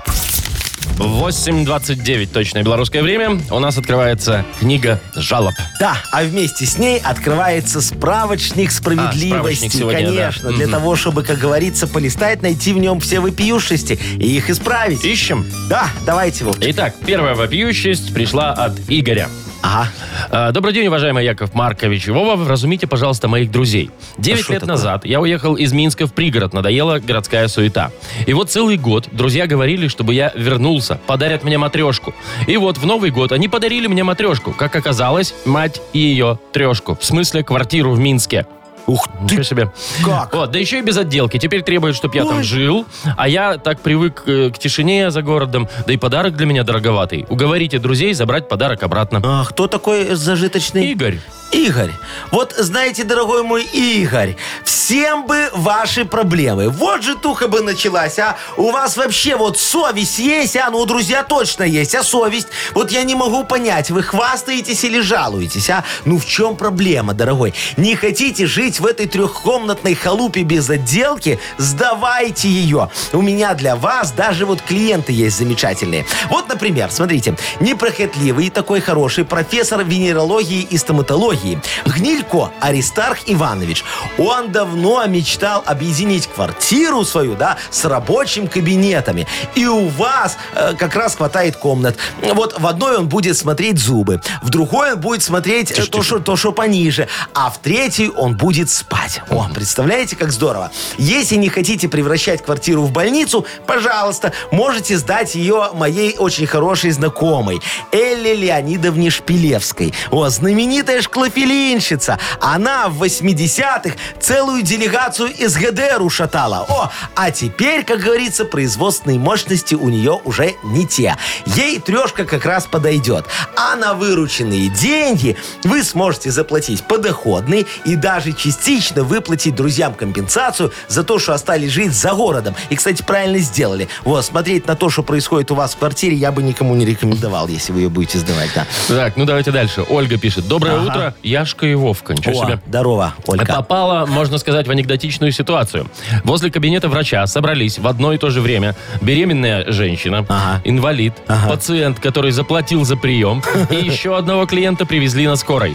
Speaker 2: 8.29 точное белорусское время. У нас открывается книга жалоб.
Speaker 3: Да, а вместе с ней открывается справочник справедливости,
Speaker 2: А, справочник сегодня,
Speaker 3: конечно,
Speaker 2: да.
Speaker 3: для
Speaker 2: Мгм.
Speaker 3: того, чтобы, как говорится, полистать, найти в нем все вопиюшести и их исправить.
Speaker 2: Ищем.
Speaker 3: Да, давайте, Вовчик.
Speaker 2: Итак, первая вопиющесть пришла от Игоря.
Speaker 3: Ага.
Speaker 2: Э, Добрый день, уважаемый Яков Маркович. Вова, вразумите, пожалуйста, моих друзей. Девять
Speaker 3: А что
Speaker 2: лет
Speaker 3: такое?
Speaker 2: назад я уехал из Минска в пригород. Надоела городская суета. И вот целый год друзья говорили, чтобы я вернулся. Подарят мне матрешку. И вот в Новый год они подарили мне матрешку. Как оказалось, мать и ее трешку. В смысле, квартиру в Минске.
Speaker 3: Ух
Speaker 2: Ничего
Speaker 3: ты,
Speaker 2: себе.
Speaker 3: как!
Speaker 2: Вот, да еще и без отделки. Теперь требует, чтобы я там
Speaker 3: Ой.
Speaker 2: жил. А я так привык э, к тишине за городом. Да и подарок для меня дороговатый. Уговорите друзей забрать подарок обратно.
Speaker 3: А, кто такой зажиточный?
Speaker 2: Игорь.
Speaker 3: Игорь. Вот знаете, дорогой мой Игорь, всем бы ваши проблемы. Вот же туха бы началась, а? У вас вообще вот совесть есть, а? Ну, у друзья точно есть, а совесть? Вот я не могу понять, вы хвастаетесь или жалуетесь, а? Ну, в чем проблема, дорогой? Не хотите жить в этой трехкомнатной халупе без отделки? Сдавайте ее. У меня для вас даже вот клиенты есть замечательные. Вот, например, смотрите, непрохотливый и такой хороший профессор венерологии и стоматологии Гнилько Аристарх Иванович. Он давно мечтал объединить квартиру свою, да, с рабочим кабинетами. И у вас э, как раз хватает комнат. Вот в одной он будет смотреть зубы, в другой он будет смотреть э, то, что, то, что пониже, а в третьей он будет спать. О, представляете, как здорово. Если не хотите превращать квартиру в больницу, пожалуйста, можете сдать ее моей очень хорошей знакомой, Элле Леонидовне Шпилевской. О, знаменитая шклофелинщица. Она в 80-х целую делегацию из ГДР ушатала. О, а теперь, как говорится, производственные мощности у нее уже не те. Ей трешка как раз подойдет. А на вырученные деньги вы сможете заплатить подоходный и даже частично выплатить друзьям компенсацию за то, что остались жить за городом. И, кстати, правильно сделали. Вот, смотреть на то, что происходит у вас в квартире, я бы никому не рекомендовал, если вы ее будете сдавать, да.
Speaker 2: Так, ну давайте дальше. Ольга пишет. Доброе
Speaker 3: Ага.
Speaker 2: утро, Яшка и Вовка. Ничего
Speaker 3: О,
Speaker 2: себе.
Speaker 3: здорово, Ольга.
Speaker 2: Попала, можно сказать, в анекдотичную ситуацию. Возле кабинета врача собрались в одно и то же время беременная женщина,
Speaker 3: Ага.
Speaker 2: инвалид,
Speaker 3: Ага.
Speaker 2: пациент, который заплатил за прием, и еще одного клиента привезли на скорой.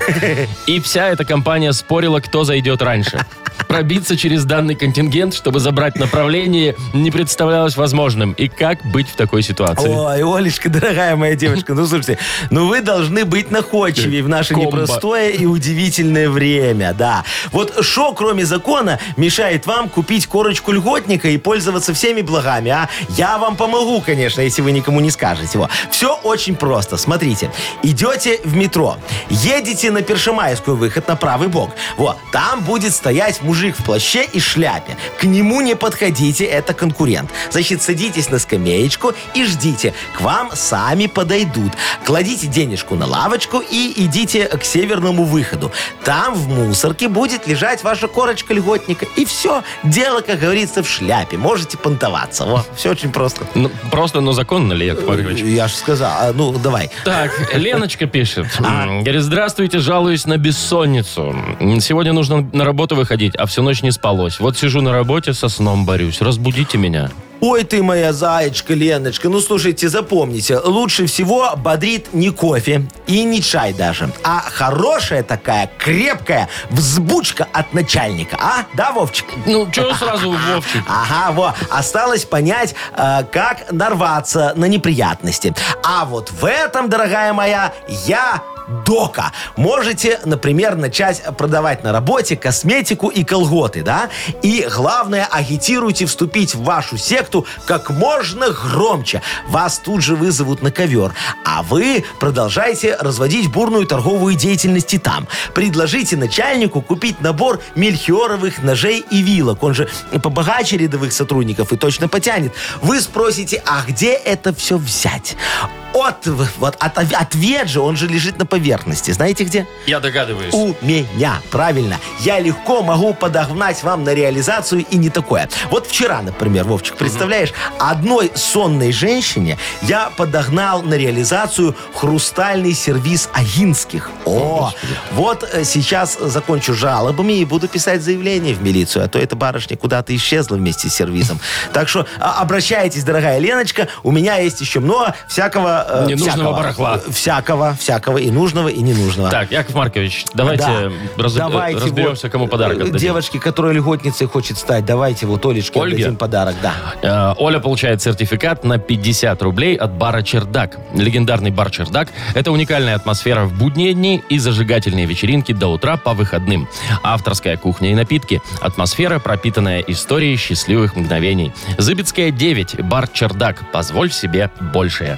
Speaker 2: И вся эта компания спорила, кто зайдет раньше. Пробиться через данный контингент, чтобы забрать направление, не представлялось возможным. И как быть в такой ситуации?
Speaker 3: Ой, Олечка, дорогая моя девочка, ну слушайте, ну вы должны быть находчивее в наше
Speaker 2: Комбо.
Speaker 3: непростое и удивительное время, да. Вот что, кроме закона, мешает вам купить корочку льготника и пользоваться всеми благами, а? Я вам помогу, конечно, если вы никому не скажете его. Все очень просто. Смотрите, идете в метро, едете на Першемайскую выход на правый бок. Вот, там будет стоять мужик в плаще и шляпе. К нему не подходите, это конкурент. Значит, садитесь на скамеечку и ждите. К вам сами подойдут. Кладите денежку на лавочку и идите к северному выходу. Там в мусорке будет лежать ваша корочка льготника. И все. Дело, как говорится, в шляпе. Можете понтоваться. Во, все очень просто.
Speaker 2: Ну, просто, но законно ли, Яков Маркович?
Speaker 3: Я же сказал. А, Ну, давай.
Speaker 2: Так, Леночка пишет.
Speaker 3: А.
Speaker 2: М, Говорит, здравствуйте, жалуюсь на бессонницу. М, Сегодня нужно на работу выходить, а всю ночь не спалось. Вот сижу на работе, со сном борюсь. Разбудите меня.
Speaker 3: Ой ты моя зайчка, Леночка. Ну, слушайте, запомните, лучше всего бодрит не кофе и не чай даже, а хорошая такая крепкая взбучка от начальника. А? Да, Вовчик?
Speaker 2: Ну,
Speaker 3: А.
Speaker 2: что сразу, Вовчик?
Speaker 3: Ага, во. Осталось понять, э, как нарваться на неприятности. А вот в этом, дорогая моя, я дока. Можете, например, начать продавать на работе косметику и колготы, да? И главное, агитируйте вступить в вашу секту как можно громче. Вас тут же вызовут на ковер. А вы продолжайте разводить бурную торговую деятельность и там. Предложите начальнику купить набор мельхиоровых ножей и вилок. Он же побогаче рядовых сотрудников и точно потянет. Вы спросите, а где это все взять? От, вот, от, ответ же, он же лежит на поверхности. Знаете где?
Speaker 2: Я догадываюсь.
Speaker 3: У меня, правильно. Я легко могу подогнать вам на реализацию и не такое. Вот вчера, например, Вовчик, представляешь, одной сонной женщине я подогнал на реализацию хрустальный сервис Агинских. О, вот э, сейчас закончу жалобами и буду писать заявление в милицию, а то эта барышня куда-то исчезла вместе с сервисом. Так что а, обращайтесь, дорогая Леночка, у меня есть еще много всякого... э,
Speaker 2: Ненужного
Speaker 3: всякого.
Speaker 2: барахла.
Speaker 3: Всякого, всякого и нужного, и ненужного.
Speaker 2: Так, Яков Маркович, давайте,
Speaker 3: Да.
Speaker 2: раз-
Speaker 3: Давайте
Speaker 2: разберемся,
Speaker 3: вот,
Speaker 2: кому подарок
Speaker 3: э,
Speaker 2: отдадим.
Speaker 3: Девочке, которая льготницей хочет стать, давайте вот Олечке
Speaker 2: Ольге?
Speaker 3: отдадим подарок. Да.
Speaker 2: Э, Оля получает сертификат на 50 рублей от бара «Чердак». Легендарный бар «Чердак» — это уникальная атмосфера в будние дни и зажигательные вечеринки до утра по выходным. Авторская кухня и напитки — атмосфера, пропитанная историей счастливых мгновений. Зыбецкая, 9, бар «Чердак». Позволь себе большее.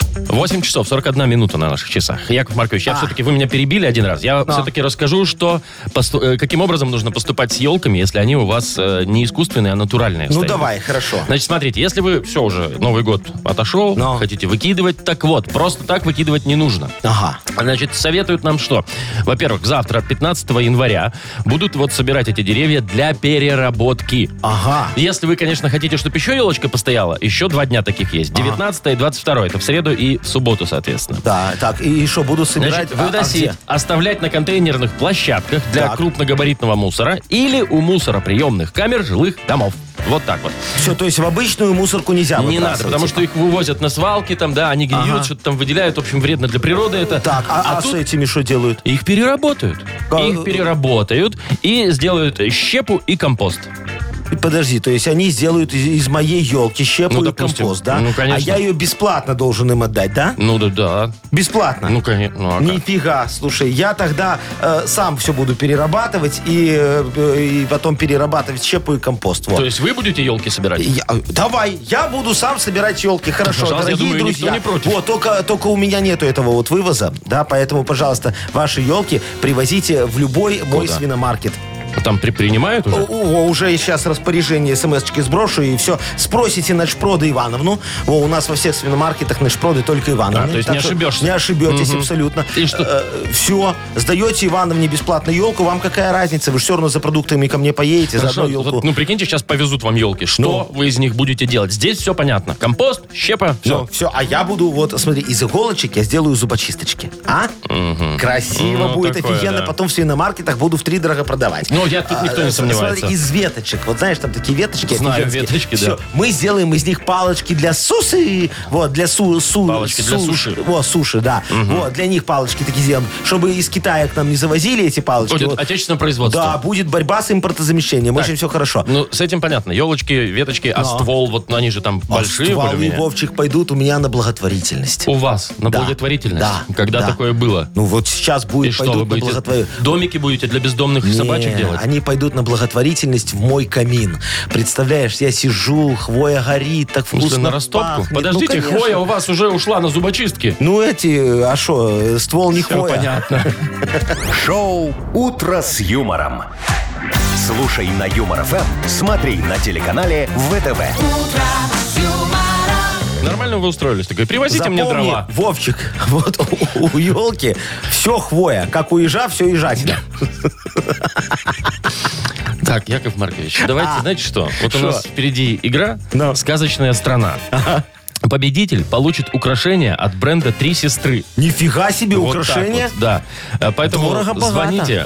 Speaker 2: 8 часов 41 минута на наших часах. Яков Маркович, я все-таки, вы меня перебили один раз. Я все-таки расскажу, что посту- э, каким образом нужно поступать с елками, если они у вас э, не искусственные, а натуральные.
Speaker 3: Ну
Speaker 2: стоят.
Speaker 3: давай, хорошо.
Speaker 2: Значит, смотрите, если вы все уже, Новый год отошел,
Speaker 3: Но.
Speaker 2: хотите выкидывать, так вот, просто так выкидывать не нужно.
Speaker 3: Ага.
Speaker 2: Значит, советуют нам что? Во-первых, завтра, 15 января, будут вот собирать эти деревья для переработки.
Speaker 3: Ага.
Speaker 2: Если вы, конечно, хотите, чтобы еще елочка постояла, еще два дня таких есть. 19 и 22. Это в среду и в субботу, соответственно.
Speaker 3: Да, так, и что, буду собирать?
Speaker 2: Значит,
Speaker 3: А- а
Speaker 2: выносить,
Speaker 3: где?
Speaker 2: оставлять на контейнерных площадках для
Speaker 3: Так.
Speaker 2: крупногабаритного мусора или у мусороприемных камер жилых домов. Вот так вот.
Speaker 3: Все, то есть в обычную мусорку нельзя
Speaker 2: Не надо,
Speaker 3: выбрасывать? типа?
Speaker 2: потому что их вывозят на свалки, там, да, они гниют,
Speaker 3: Ага.
Speaker 2: что-то там выделяют. В общем, вредно для природы это.
Speaker 3: Так, а, а с
Speaker 2: тут
Speaker 3: этими что делают?
Speaker 2: их переработают.
Speaker 3: Ка-
Speaker 2: Их переработают и сделают щепу и компост.
Speaker 3: И Подожди, то есть они сделают из, из моей елки щепу
Speaker 2: Ну,
Speaker 3: и
Speaker 2: допустим.
Speaker 3: компост, да?
Speaker 2: Ну, конечно.
Speaker 3: А я ее бесплатно должен им отдать, да?
Speaker 2: Ну да, да.
Speaker 3: Бесплатно?
Speaker 2: Ну, конечно. Ну, а как?
Speaker 3: Нифига, слушай, я тогда э, сам все буду перерабатывать и, э, и потом перерабатывать щепу и компост. Вот.
Speaker 2: То есть вы будете елки собирать?
Speaker 3: Я- давай, я буду сам собирать елки. Хорошо,
Speaker 2: Ну, Пожалуйста, я
Speaker 3: дорогие
Speaker 2: думаю, никто
Speaker 3: друзья.
Speaker 2: не против.
Speaker 3: Вот, только, только у меня нету этого вот вывоза, да, поэтому, пожалуйста, ваши елки привозите в любой мой
Speaker 2: Куда?
Speaker 3: свиномаркет.
Speaker 2: Ну, Там при- принимают
Speaker 3: О,
Speaker 2: уже?
Speaker 3: о, уже сейчас распоряжение смс-очки сброшу и все. Спросите Начпрода Ивановну. О, у нас во всех свиномаркетах Начпроды только Ивановны.
Speaker 2: Да, то есть не
Speaker 3: что
Speaker 2: ошибешься.
Speaker 3: Не ошибетесь
Speaker 2: Мгм.
Speaker 3: абсолютно.
Speaker 2: И что?
Speaker 3: все, сдаете Ивановне бесплатно елку, вам какая разница? Вы все равно за продуктами ко мне поедете, за
Speaker 2: Хорошо,
Speaker 3: одну елку.
Speaker 2: вот, ну прикиньте, сейчас повезут вам елки. Что
Speaker 3: Ну.
Speaker 2: вы из них будете делать? Здесь все понятно. Компост, щепа, все.
Speaker 3: Все, все. А я буду, вот, смотри, из иголочек я сделаю зубочисточки. А? Красиво
Speaker 2: Ну,
Speaker 3: будет,
Speaker 2: такое,
Speaker 3: офигенно.
Speaker 2: да.
Speaker 3: Потом в свиномаркетах буду в три дорого продавать. А,
Speaker 2: Ну, я тут никто не
Speaker 3: смотри,
Speaker 2: сомневается.
Speaker 3: из веточек. Вот знаешь, там такие веточки.
Speaker 2: Знаю, веточки, да.
Speaker 3: Все, мы сделаем из них палочки для сусы. Вот, для су... су
Speaker 2: Палочки для суши.
Speaker 3: Вот, суши, да. Вот, для них палочки такие сделаем. Чтобы из Китая к нам не завозили эти палочки.
Speaker 2: Будет
Speaker 3: Вот.
Speaker 2: отечественное производство.
Speaker 3: Да, будет борьба с импортозамещением. Очень все хорошо.
Speaker 2: Ну, с этим понятно. Елочки, веточки, а ствол, вот ну, они же там
Speaker 3: А
Speaker 2: большие
Speaker 3: Стволы,
Speaker 2: более-менее.
Speaker 3: Вовчик, пойдут у меня на благотворительность.
Speaker 2: У вас на
Speaker 3: Да.
Speaker 2: благотворительность?
Speaker 3: Да.
Speaker 2: Когда
Speaker 3: Да.
Speaker 2: такое было?
Speaker 3: Ну вот сейчас
Speaker 2: И
Speaker 3: будет,
Speaker 2: что, вы
Speaker 3: пойдут на
Speaker 2: будете
Speaker 3: благотворительность.
Speaker 2: домики будете для бездомных собачек делать?
Speaker 3: Они пойдут на благотворительность в мой камин. Представляешь, я сижу, хвоя горит, так
Speaker 2: В смысле,
Speaker 3: вкусно
Speaker 2: на растопку?
Speaker 3: пахнет. Ну,
Speaker 2: Подождите,
Speaker 3: конечно.
Speaker 2: хвоя у вас уже ушла на зубочистки.
Speaker 3: Ну эти, а что, ствол не
Speaker 2: Всё
Speaker 3: хвоя.
Speaker 2: понятно.
Speaker 1: Шоу «Утро с юмором». Слушай на Юмор ФМ, смотри на телеканале ВТВ.
Speaker 2: Нормально вы устроились. Такой, привозите мне
Speaker 3: Запомни,
Speaker 2: дрова.
Speaker 3: Вовчик, вот у, елки все хвоя. Как у ежа, все ежатина.
Speaker 2: Так,
Speaker 3: А.
Speaker 2: Яков Маркович, давайте, знаете что? Вот у
Speaker 3: Шо?
Speaker 2: нас впереди игра
Speaker 3: Ну.
Speaker 2: «Сказочная страна». Победитель получит украшение от бренда «Три сестры».
Speaker 3: Нифига себе
Speaker 2: Вот
Speaker 3: украшение.
Speaker 2: так вот, да. Э, Поэтому
Speaker 3: Дорого-богато.
Speaker 2: звоните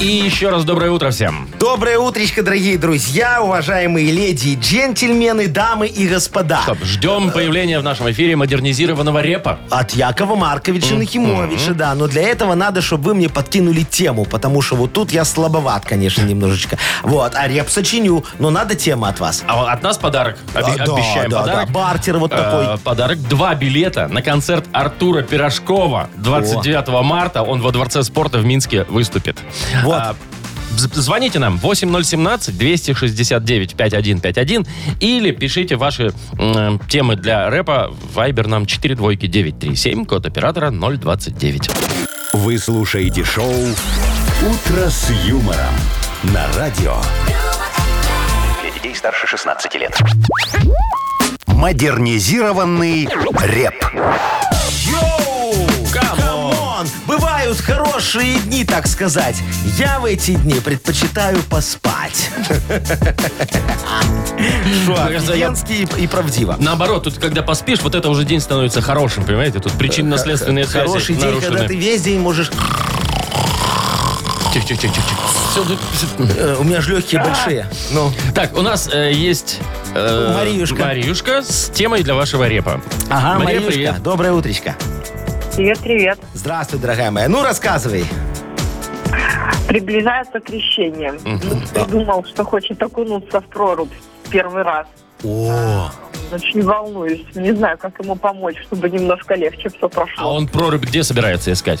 Speaker 2: И еще раз доброе утро всем.
Speaker 3: Доброе утречко, дорогие друзья, уважаемые леди и джентльмены, дамы и господа.
Speaker 2: Стоп,
Speaker 3: Э,
Speaker 2: ждем появления в нашем эфире модернизированного репа.
Speaker 3: От Якова Марковича Нахимовича, да. Но для этого надо, чтобы вы мне подкинули тему, потому что вот тут я слабоват, конечно, немножечко. Вот, а реп сочиню, но надо тема от вас.
Speaker 2: А от нас подарок. Обе-
Speaker 3: Да, да,
Speaker 2: обещаем
Speaker 3: да,
Speaker 2: подарок.
Speaker 3: да. Бартер вот
Speaker 2: Э,
Speaker 3: такой.
Speaker 2: Подарок. Два билета на концерт Артура Пирожкова 29 марта. Он во Дворце спорта в Минске выступит.
Speaker 3: Вот.
Speaker 2: А, з- Звоните нам 8017-269-5151 или пишите ваши м, темы для рэпа в Viber нам 42937, код оператора 029.
Speaker 1: Вы слушаете шоу «Утро с юмором» на радио
Speaker 5: Для детей старше 16 лет.
Speaker 1: «Модернизированный реп».
Speaker 3: Йоу! Камон! Бывают хорошие дни, так сказать. Я в эти дни предпочитаю поспать. Шо, офигенски и и правдиво.
Speaker 2: Наоборот, тут когда поспишь, вот это уже день становится хорошим, понимаете? Тут причинно-следственные связи
Speaker 3: Э, Хороший день, когда
Speaker 2: нарушены.
Speaker 3: ты весь день можешь...
Speaker 2: Тихо, тихо, тихо, тихо. Всё, тут- всё.
Speaker 3: Э, У меня же легкие большие. Ну,
Speaker 2: Так, у нас э, есть... э,
Speaker 3: Мариюшка.
Speaker 2: Мариюшка с темой для вашего репа.
Speaker 3: ага,
Speaker 2: Мария,
Speaker 3: Мариюшка,
Speaker 2: привет.
Speaker 3: доброе утречко.
Speaker 7: Привет, привет.
Speaker 3: Здравствуй, дорогая моя. Ну, рассказывай.
Speaker 7: Приближается крещение. Придумал, что хочет окунуться в прорубь в первый раз.
Speaker 3: О,
Speaker 7: очень волнуюсь. Не знаю, как ему помочь, чтобы немножко легче все прошло.
Speaker 2: А он прорубь где собирается искать?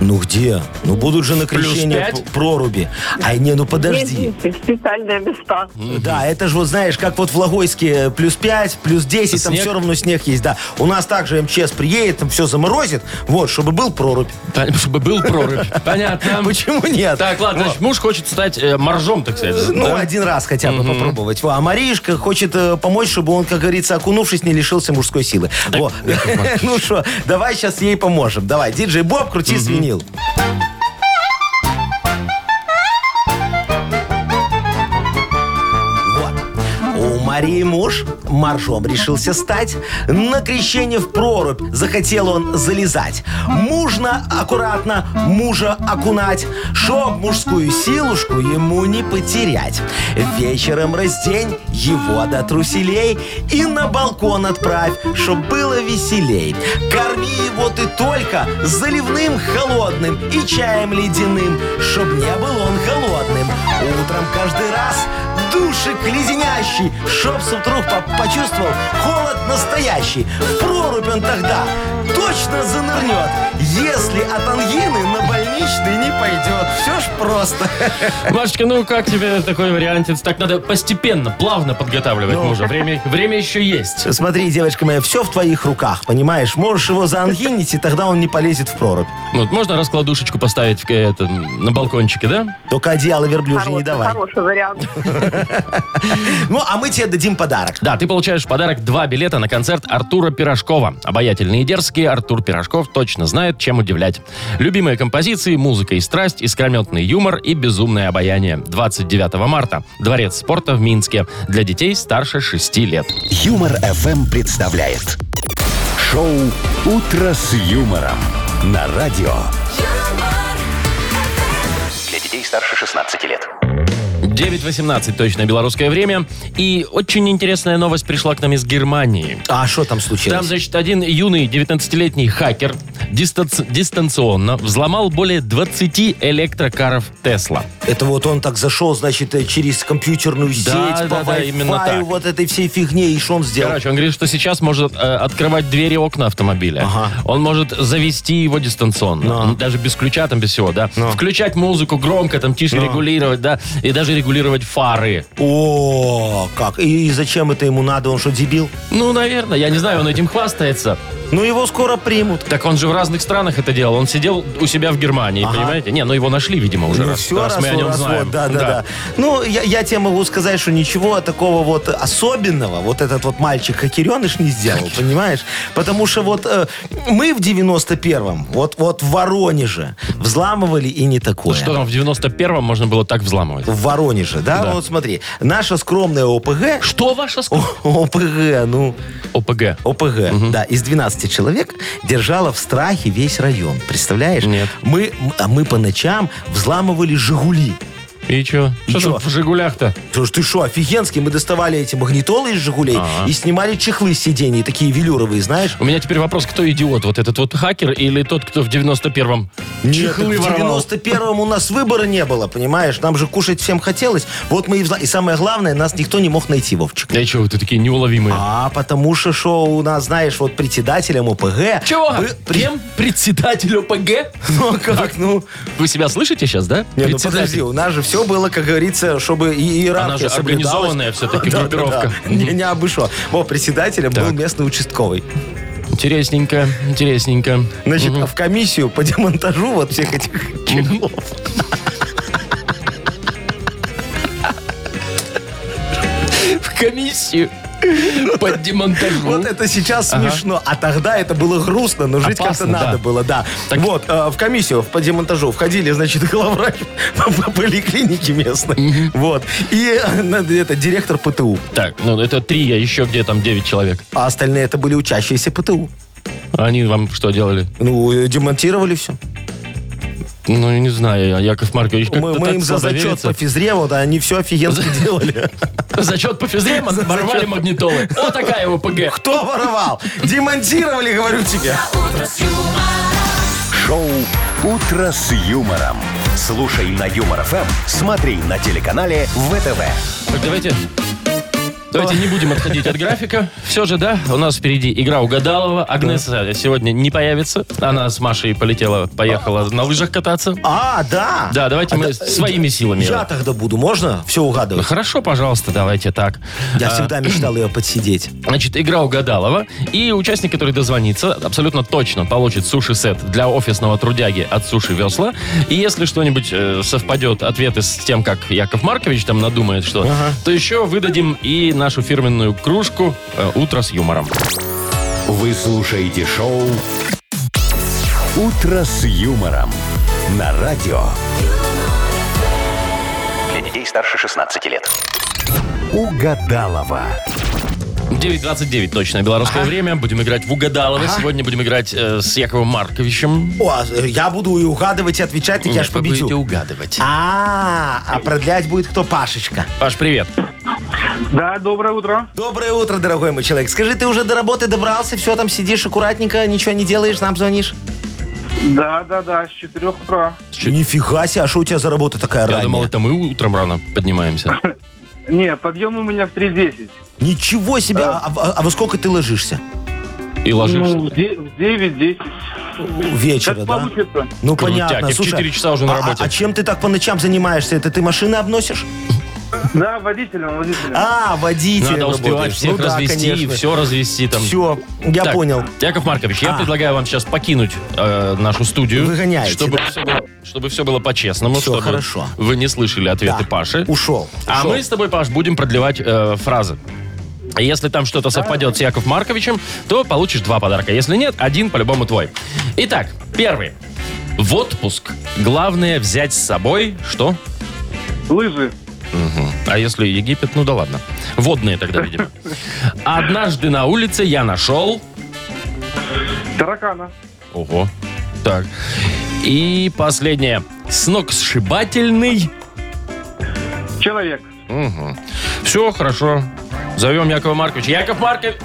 Speaker 3: Ну где? Ну будут же на
Speaker 2: Плюс
Speaker 3: крещение
Speaker 2: пять?
Speaker 3: п- проруби. Ай, не, ну подожди.
Speaker 7: Есть специальные места.
Speaker 3: Да, это же вот знаешь, как вот в Логойске э, плюс 5, плюс 10, там
Speaker 2: Снег.
Speaker 3: все равно снег есть, да. У нас также МЧС приедет, там все заморозит, вот, чтобы был прорубь.
Speaker 2: Пон- Чтобы был прорубь. Понятно.
Speaker 3: А Почему нет?
Speaker 2: Так, ладно, значит, муж хочет стать э, моржом, так сказать.
Speaker 3: Ну,
Speaker 2: да?
Speaker 3: один раз хотя бы попробовать. Во, А Маришка хочет э, помочь, чтобы он, как говорится, окунувшись, не лишился мужской силы. Во. Ну что, давай сейчас ей поможем. Давай, диджей Боб, крути свинил. Вот. У Марии муж моржом решился стать. На крещение в прорубь захотел он залезать. Мужно, аккуратно мужа окунать, чтоб мужскую силушку ему не потерять. Вечером раздень его до труселей и на балкон отправь, чтоб было веселей. Корми его ты только заливным холодным и чаем ледяным, чтоб не был он холодным. Утром каждый раз душик леденящий, чтоб с утру по- почувствовал холод настоящий. В прорубь он тогда точно занырнет, если от ангины на больничный не пойдет. Все ж просто.
Speaker 2: Машечка, ну как тебе такой вариантец? Так надо постепенно, плавно подготавливать
Speaker 3: Ну.
Speaker 2: мужа. Время, время еще есть.
Speaker 3: Смотри, девочка моя, все в твоих руках, понимаешь? Можешь его заангинить, и тогда он не полезет в прорубь.
Speaker 2: Вот можно раскладушечку поставить в, э, это, на балкончике, да?
Speaker 3: Только одеяло верблюжье
Speaker 7: Хороший,
Speaker 3: не давай.
Speaker 7: хороший вариант.
Speaker 3: Ну, а мы тебе дадим подарок.
Speaker 2: Да, ты получаешь в подарок два билета на концерт Артура Пирожкова. Обаятельный и дерзкий Артур Пирожков точно знает, чем удивлять. Любимые композиции, музыка и страсть, искрометный юмор и безумное обаяние. 29 марта. Дворец спорта в Минске. Для детей старше 6 лет.
Speaker 1: Юмор FM представляет шоу Утро с юмором на радио.
Speaker 8: юмор,
Speaker 5: Для детей старше 16 лет.
Speaker 2: 9.18 точное белорусское время. И очень интересная новость пришла к нам из Германии.
Speaker 3: А что там случилось?
Speaker 2: Там, значит, один юный 19-летний хакер дистанц- дистанционно взломал более 20 электрокаров Тесла.
Speaker 3: Это вот он так зашел, значит, э, через компьютерную сеть,
Speaker 2: да,
Speaker 3: по
Speaker 2: да,
Speaker 3: Wi-Fi,
Speaker 2: именно так.
Speaker 3: вот этой всей фигне, и что он сделал?
Speaker 2: Короче, он говорит, что сейчас может э, открывать двери и окна автомобиля.
Speaker 3: Ага.
Speaker 2: Он может завести его дистанционно.
Speaker 3: Ну.
Speaker 2: Ну, Даже без ключа, там без всего, да.
Speaker 3: Ну.
Speaker 2: Включать музыку громко, там тише регулировать, да. И даже регулировать фары.
Speaker 3: О, как? И, и зачем это ему надо? Он что, дебил?
Speaker 2: Ну, наверное, я не знаю, он этим хвастается.
Speaker 3: Ну, его скоро примут.
Speaker 2: Так он же в разных странах это делал. Он сидел у себя в Германии, понимаете? Не, ну его нашли, видимо, уже
Speaker 3: Ну,
Speaker 2: раз.
Speaker 3: всё,
Speaker 2: раз мы о
Speaker 3: вот,
Speaker 2: нем
Speaker 3: раз
Speaker 2: знаем.
Speaker 3: вот, да, да, да, Ну, я, я тебе могу сказать, что ничего такого вот особенного вот этот вот мальчик хакереныш не сделал, понимаешь? Потому что вот э, мы в 91-м, вот, вот в Воронеже, взламывали и не такое.
Speaker 2: Ну Что там в 91-м можно было так взламывать?
Speaker 3: В Воронеже, да?
Speaker 2: Да.
Speaker 3: Вот смотри, наша скромная ОПГ...
Speaker 2: Что ваша ск-
Speaker 3: О- ОПГ, ну...
Speaker 2: ОПГ?
Speaker 3: ОПГ, да, из 12 человек держала в страхе весь район. Представляешь?
Speaker 2: Нет.
Speaker 3: Мы, м- а мы по ночам взламывали «Жигули».
Speaker 2: И чё?
Speaker 3: И
Speaker 2: Что
Speaker 3: чё?
Speaker 2: там в «Жигулях»-то?
Speaker 3: Потому что ты что, офигенский? Мы доставали эти магнитолы из «Жигулей»
Speaker 2: Ага.
Speaker 3: и снимали чехлы с сидений, такие велюровые, знаешь?
Speaker 2: У меня теперь вопрос, кто идиот? Вот этот вот хакер или тот, кто в 91-м чехлы
Speaker 3: Нет, в
Speaker 2: воровал?
Speaker 3: 91-м у нас выбора не было, понимаешь? Нам же кушать всем хотелось. Вот мы и взла- И самое главное, нас никто не мог найти, Вовчик.
Speaker 2: Да и чё, вы тут такие неуловимые?
Speaker 3: А, потому что шо у нас, знаешь, вот председателем ОПГ...
Speaker 2: Чего?
Speaker 3: был- при-
Speaker 2: Кем? Председатель ОПГ?
Speaker 3: Ну а как, ну...
Speaker 2: Вы себя слышите сейчас, да?
Speaker 3: Не, ну
Speaker 2: Председатель.
Speaker 3: подожди, у нас же все было, как говорится, чтобы и иерархия
Speaker 2: Она же
Speaker 3: соблюдалась.
Speaker 2: организованная все-таки
Speaker 3: Да, да,
Speaker 2: группировка.
Speaker 3: да. Не, не обы шо. Во, председателем был
Speaker 2: Так.
Speaker 3: местный участковый.
Speaker 2: Интересненько, интересненько.
Speaker 3: Значит, в комиссию по демонтажу вот всех этих чехлов.
Speaker 2: В комиссию под демонтажу.
Speaker 3: Вот это сейчас смешно, а тогда это было грустно, но жить как-то
Speaker 2: Опасно, да.
Speaker 3: надо было, да.
Speaker 2: Так-
Speaker 3: Вот, э, в комиссию по демонтажу входили, значит, главврач по- по поликлинике местной, вот, и э, надо- это директор ПТУ,
Speaker 2: Так, ну это три, а еще где там девять человек. А
Speaker 3: а остальные это были учащиеся ПТУ.
Speaker 2: Они вам что делали?
Speaker 3: Ну, э, демонтировали все.
Speaker 2: Ну, я не знаю, я- Яков Маркович, как-то
Speaker 3: Мы, мы
Speaker 2: так
Speaker 3: им за
Speaker 2: слабо
Speaker 3: зачет
Speaker 2: верится.
Speaker 3: по физре, вот, а они все офигенно делали.
Speaker 2: Зачет по физре мон- ворвали магнитолы. Вот такая его ПГ.
Speaker 3: Кто воровал? Демонтировали, говорю тебе.
Speaker 8: утро с юмором,
Speaker 1: Шоу Утро с юмором. Слушай на Юмор ФМ, смотри на телеканале ВТВ.
Speaker 2: Так, давайте Давайте не будем отходить от графика. Все же, да, у нас впереди игра угадалова. Агнеса сегодня не появится. Она с Машей полетела, поехала на лыжах кататься.
Speaker 3: А, да.
Speaker 2: Да, давайте
Speaker 3: А
Speaker 2: мы
Speaker 3: да-
Speaker 2: своими силами.
Speaker 3: Я тогда буду, можно все угадывать?
Speaker 2: Хорошо, пожалуйста, давайте так.
Speaker 3: Я
Speaker 2: А,
Speaker 3: всегда мечтал ее подсидеть.
Speaker 2: Значит, игра угадалова. И участник, который дозвонится, абсолютно точно получит суши-сет для офисного трудяги от Суши Весла. И если что-нибудь э, совпадет, ответы с тем, как Яков Маркович там надумает, что, то еще выдадим и нашу фирменную кружку э, «Утро с юмором».
Speaker 1: Вы слушаете шоу «Утро с юмором» на радио.
Speaker 5: Для детей старше 16 лет.
Speaker 1: Угадалова.
Speaker 2: 9.29 точное белорусское время. Будем играть в угадалово. Сегодня будем играть э, с Яковом Марковичем.
Speaker 3: О, а, э, я буду и угадывать, и отвечать, так я
Speaker 2: Нет,
Speaker 3: ж
Speaker 2: вы будете
Speaker 3: победю.
Speaker 2: угадывать.
Speaker 3: А, а продлять будет кто? Пашечка.
Speaker 2: Паш, привет.
Speaker 6: Да, доброе утро.
Speaker 3: Доброе утро, дорогой мой человек. Скажи, ты уже до работы добрался, все там сидишь аккуратненько, ничего не делаешь, нам звонишь?
Speaker 6: Да, да, да, с 4 утра.
Speaker 3: Нифига себе, а что у тебя за работа такая
Speaker 2: Я
Speaker 3: ранняя?
Speaker 2: думал, это мы утром рано поднимаемся.
Speaker 6: Не, подъем у меня в 3.10.
Speaker 3: Ничего
Speaker 2: Э.
Speaker 3: себе, а, а- а во сколько ты ложишься?
Speaker 2: И ложишься.
Speaker 6: Ну, в де- в 9.10. Как
Speaker 3: Вечера, да?
Speaker 6: получится.
Speaker 3: Ну,
Speaker 2: Крутяк,
Speaker 3: понятно,
Speaker 2: я в
Speaker 3: слушай.
Speaker 2: 4 часа уже на
Speaker 3: а- а-
Speaker 2: работе.
Speaker 3: А, чем ты так по ночам занимаешься? Это ты машины обносишь?
Speaker 6: Да, водителем, водителем.
Speaker 3: А, водитель
Speaker 2: Надо успевать
Speaker 3: работаешь.
Speaker 2: всех
Speaker 3: Ну да,
Speaker 2: развести,
Speaker 3: конечно.
Speaker 2: все развести там.
Speaker 3: Все, я
Speaker 2: Так,
Speaker 3: понял.
Speaker 2: Яков Маркович, я
Speaker 3: А.
Speaker 2: предлагаю вам сейчас покинуть э, нашу студию.
Speaker 3: Выгоняете,
Speaker 2: чтобы,
Speaker 3: да?
Speaker 2: все было, чтобы все было по-честному,
Speaker 3: Всё,
Speaker 2: чтобы
Speaker 3: хорошо.
Speaker 2: вы не слышали ответы
Speaker 3: Да,
Speaker 2: Паши.
Speaker 3: Ушел.
Speaker 2: А мы с тобой, Паш, будем продлевать э, фразы. Если там что-то совпадет с Яков Марковичем, то получишь два подарка. Если нет, один по-любому твой. Итак, первый. В отпуск главное взять с собой что?
Speaker 6: Лыжи.
Speaker 2: А если Египет, ну да ладно. Водные тогда, видимо. Однажды на улице я нашел...
Speaker 6: Таракана.
Speaker 2: Ого. Так. И последнее. Сногсшибательный...
Speaker 6: Человек.
Speaker 2: Все, хорошо. Зовем Якова Марковича. Яков Маркович!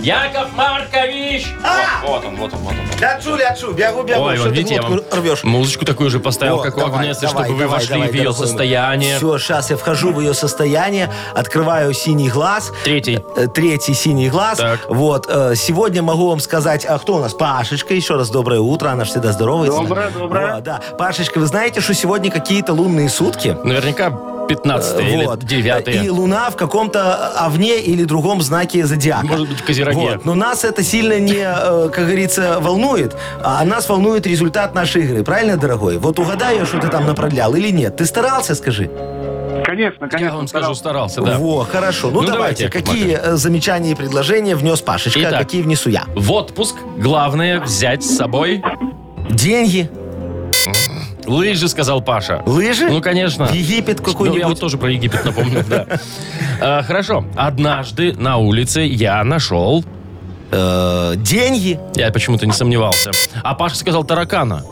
Speaker 2: Яков Маркович!
Speaker 3: А!
Speaker 2: Вот, вот он, вот он, вот он.
Speaker 3: Лячу, лячу, бегу, бегу.
Speaker 2: Ой,
Speaker 3: Что
Speaker 2: вот
Speaker 3: ты
Speaker 2: видите, я вам
Speaker 3: глотку рвешь?
Speaker 2: музычку такую же поставил, как у Агнесы, чтобы вы вошли в ее состояние.
Speaker 3: Все, сейчас я вхожу в ее состояние, открываю синий глаз.
Speaker 2: Третий.
Speaker 3: э, Третий синий глаз.
Speaker 2: Так.
Speaker 3: Вот. э, Сегодня могу вам сказать, а кто у нас? Пашечка. Еще раз доброе утро. Она ж всегда здоровается.
Speaker 6: Доброе, доброе.
Speaker 3: Вот, да. Пашечка, вы знаете, что сегодня какие-то лунные сутки?
Speaker 2: Наверняка 15 или
Speaker 3: Вот.
Speaker 2: 9
Speaker 3: И Луна в каком-то овне или другом знаке зодиака.
Speaker 2: Может быть, в Козероге.
Speaker 3: Вот. Но нас это сильно не, э, как говорится, волнует, а нас волнует результат нашей игры. Правильно, дорогой? Вот угадай, я, что ты там направлял или нет. Ты старался, скажи?
Speaker 6: Конечно, конечно.
Speaker 2: Я вам скажу, старался, да.
Speaker 3: Во, хорошо. Ну,
Speaker 2: Ну, давайте,
Speaker 3: давайте,
Speaker 2: Яков
Speaker 3: какие э, замечания и предложения внес Пашечка,
Speaker 2: Итак.
Speaker 3: а какие внесу я?
Speaker 2: В отпуск главное взять с собой
Speaker 3: Деньги,
Speaker 2: лыжи, сказал Паша.
Speaker 3: лыжи,
Speaker 2: Ну, конечно.
Speaker 3: Египет
Speaker 2: Ну, я вот
Speaker 3: какой-нибудь.
Speaker 2: тоже про Египет напомнил, да. Э, Хорошо. Однажды на улице я нашел...
Speaker 3: Э, деньги
Speaker 2: Я почему-то не сомневался. А Паша сказал таракана.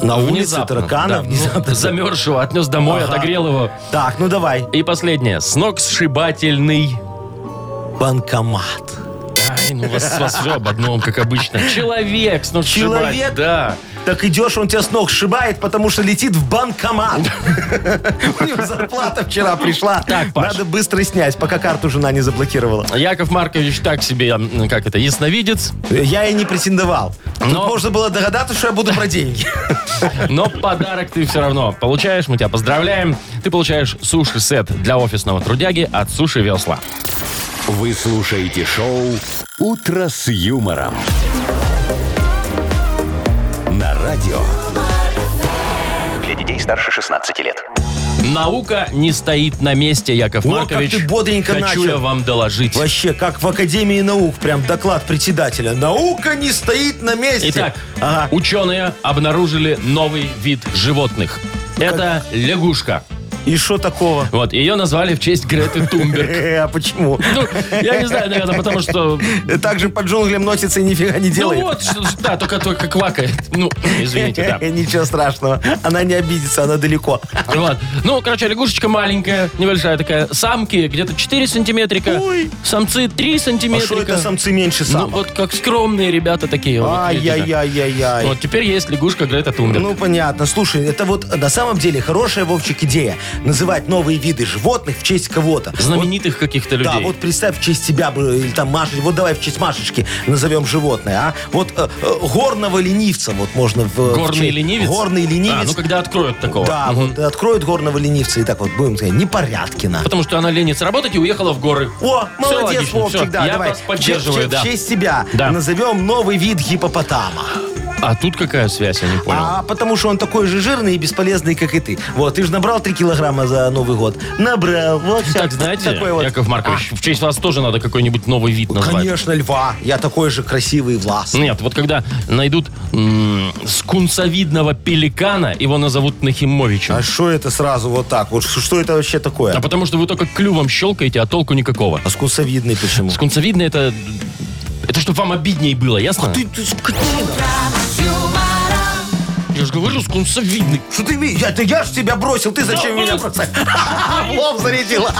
Speaker 3: Э, на улице,
Speaker 2: Внезапно, да.
Speaker 3: тараканов.
Speaker 2: Ну,
Speaker 3: внезапно.
Speaker 2: Замерзшего, отнес домой,
Speaker 3: Ага.
Speaker 2: отогрел его.
Speaker 3: Так, ну давай.
Speaker 2: И последнее. С ног сшибательный...
Speaker 3: Банкомат.
Speaker 2: Ай, ну у вас, все об одном, как обычно. Человек, с ног сшибать,
Speaker 3: Человек?
Speaker 2: да.
Speaker 3: Так идешь, он тебя с ног сшибает, потому что летит в банкомат. У него зарплата вчера пришла.
Speaker 2: Так, Паш.
Speaker 3: Надо быстро снять, пока карту жена не заблокировала.
Speaker 2: Яков Маркович так себе, м, как это, ясновидец,
Speaker 3: Я и не претендовал. Тут
Speaker 2: Но-
Speaker 3: можно было догадаться, что я буду про деньги.
Speaker 2: но подарок ты все равно получаешь. Мы тебя поздравляем. Ты получаешь суши-сет для офисного трудяги от Суши Весла.
Speaker 1: Вы слушаете шоу «Утро с юмором». На радио.
Speaker 5: Для детей старше 16 лет.
Speaker 2: Наука не стоит на месте, Яков
Speaker 3: О,
Speaker 2: Маркович.
Speaker 3: как ты бодренько
Speaker 2: Хочу
Speaker 3: начал.
Speaker 2: я вам доложить.
Speaker 3: Вообще, как в Академии наук, прям доклад председателя. Наука не стоит на месте.
Speaker 2: Итак,
Speaker 3: Ага.
Speaker 2: ученые обнаружили новый вид животных. Это лягушка.
Speaker 3: И что такого?
Speaker 2: Вот, ее назвали в честь Греты Тумберг.
Speaker 3: Э, а почему?
Speaker 2: Ну, я не знаю, наверное, потому что...
Speaker 3: Так же по джунглям носится и нифига не
Speaker 2: Ну
Speaker 3: делает.
Speaker 2: вот, что- да, только только квакает. Ну, извините, да.
Speaker 3: Ничего страшного. Она не обидится, она далеко.
Speaker 2: Вот. Ну, короче, лягушечка маленькая, небольшая такая. Самки где-то 4 сантиметрика.
Speaker 3: Ой.
Speaker 2: Самцы 3
Speaker 3: А
Speaker 2: сантиметрика.
Speaker 3: что это самцы меньше
Speaker 2: Ну,
Speaker 3: самок?
Speaker 2: вот как скромные ребята такие. вот, видите, да.
Speaker 3: Ай-яй-яй-яй-яй.
Speaker 2: Вот теперь есть лягушка Грета Тунберг.
Speaker 3: Ну, понятно. Слушай, это вот на самом деле хорошая, Вовчик, идея. называть новые виды животных в честь кого-то.
Speaker 2: Знаменитых каких-то людей.
Speaker 3: Да, вот представь, в честь тебя бы, или там Маши, вот давай в честь Машечки назовем животное, а? Вот э, э, горного ленивца вот можно в... в
Speaker 2: Горный
Speaker 3: честь-
Speaker 2: ленивец?
Speaker 3: Горный ленивец.
Speaker 2: А, ну когда откроют такого.
Speaker 3: Да,
Speaker 2: Мгм.
Speaker 3: вот откроют горного ленивца и так вот будем сказать, Непорядкина.
Speaker 2: Потому что она ленится работать и уехала в горы.
Speaker 3: О,
Speaker 2: Всё
Speaker 3: молодец,
Speaker 2: логично,
Speaker 3: Вовчик,
Speaker 2: всё.
Speaker 3: да,
Speaker 2: Я
Speaker 3: давай.
Speaker 2: вас поддерживаю,
Speaker 3: в,
Speaker 2: да.
Speaker 3: В честь тебя
Speaker 2: Да.
Speaker 3: назовем новый вид гипопотама.
Speaker 2: А тут какая связь, я не понял.
Speaker 3: А потому что он такой же жирный и бесполезный, как и ты. Вот, ты же набрал 3 килограмма за Новый год. Набрал. Вот вся-
Speaker 2: Ну, Так, знаете,
Speaker 3: такой вот. А.
Speaker 2: Яков Маркович, в честь вас тоже надо какой-нибудь новый вид назвать.
Speaker 3: Конечно, льва. Я такой же красивый и властный.
Speaker 2: Нет, вот когда найдут м, скунсовидного пеликана, его назовут Нахимовичем.
Speaker 3: А что это сразу вот так? Вот ш- что это вообще такое?
Speaker 2: А потому что вы только клювом щелкаете, а толку никакого.
Speaker 3: А скусовидный почему?
Speaker 2: Скунсовидный это... Это чтобы вам обидней было, ясно?
Speaker 3: А Ты, ты,
Speaker 2: Я же говорю, скунсовидный.
Speaker 3: что ты видишь? Я, ты- я ж тебя бросил, ты зачем меня бросил? В лоб зарядила.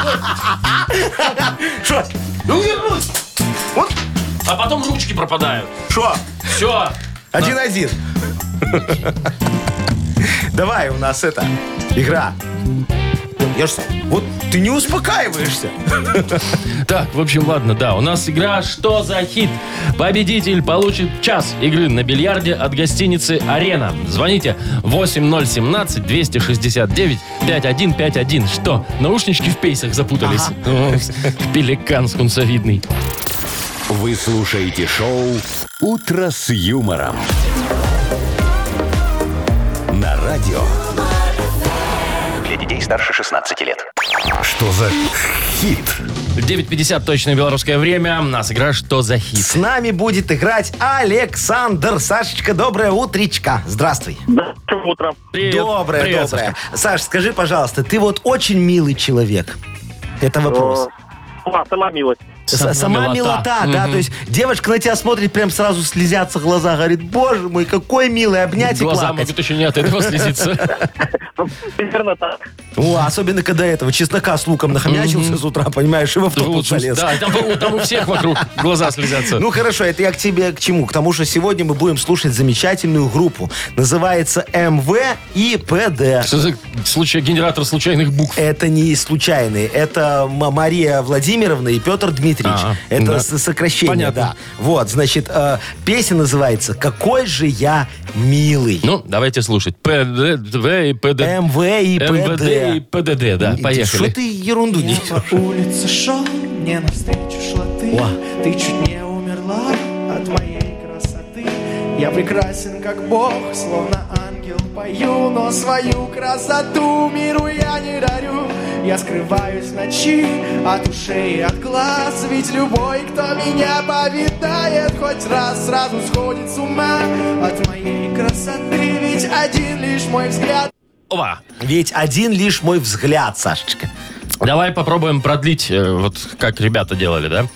Speaker 3: Что? Ну, вернусь. Вот,
Speaker 2: А потом ручки пропадают.
Speaker 3: что?
Speaker 2: Все.
Speaker 3: Один-один. Давай, у нас это, игра. Я ж, вот ты не успокаиваешься.
Speaker 2: Так, в общем, ладно, да. У нас игра «Что за хит?». Победитель получит час игры на бильярде от гостиницы «Арена». Звоните 8017-269-5151. Что, наушнички в пейсах запутались? Ну, Пеликан скунсовидный.
Speaker 1: Вы слушаете шоу «Утро с юмором». На радио.
Speaker 5: Для детей старше 16 лет.
Speaker 1: Что за хит?
Speaker 2: 9.50 точное белорусское время. У нас игра «Что за
Speaker 3: С
Speaker 2: хит?».
Speaker 3: нами будет играть Александр. Сашечка, доброе утречко. Здравствуй.
Speaker 4: Доброе утро.
Speaker 2: Привет.
Speaker 3: доброе,
Speaker 2: Привет,
Speaker 3: доброе.
Speaker 2: Сашка.
Speaker 3: Саш, скажи, пожалуйста, ты вот очень милый человек. Это вопрос.
Speaker 4: О, а, сама милость.
Speaker 3: С- Сама, милота, да, то есть девочка на тебя смотрит, прям сразу слезятся глаза, говорит, боже мой, какой милый, обнять и
Speaker 2: Глаза
Speaker 3: плакать.
Speaker 2: могут еще не от этого слезиться.
Speaker 4: Ну, Примерно так.
Speaker 3: О, особенно когда этого чеснока с луком нахомячился с утра, понимаешь, и в автобус залез.
Speaker 2: Да, там, у- там у всех вокруг глаза слезятся.
Speaker 3: Ну хорошо, это я к тебе к чему? К тому, что сегодня мы будем слушать замечательную группу. Называется МВ и ПД.
Speaker 2: Что за случай, генератор случайных букв?
Speaker 3: Это не случайные. Это М- Мария Владимировна и Петр Дмитриевич.
Speaker 2: А,
Speaker 3: это
Speaker 2: да.
Speaker 3: с- сокращение,
Speaker 2: Понятно.
Speaker 3: да. Вот, значит, э, песня называется «Какой же я милый».
Speaker 2: Ну, давайте слушать. ПДВ и ПД.
Speaker 3: МВ и
Speaker 2: МВД и
Speaker 3: ПД.
Speaker 2: ПДД, да,
Speaker 3: Что
Speaker 2: поехали.
Speaker 3: ты ерунду несешь?
Speaker 9: По улице шел, мне навстречу шла ты.
Speaker 3: О.
Speaker 9: Ты чуть не умерла от моей красоты. Я прекрасен, как бог, словно ангел пою, но свою красоту миру я не дарю. Я скрываюсь в ночи от ушей и от глаз, ведь любой, кто меня повидает хоть раз, сразу сходит с ума от моей красоты, ведь один лишь мой взгляд
Speaker 2: Ова.
Speaker 3: Ведь один лишь мой взгляд, Сашечка.
Speaker 2: Давай попробуем продлить, э, вот как ребята делали, да?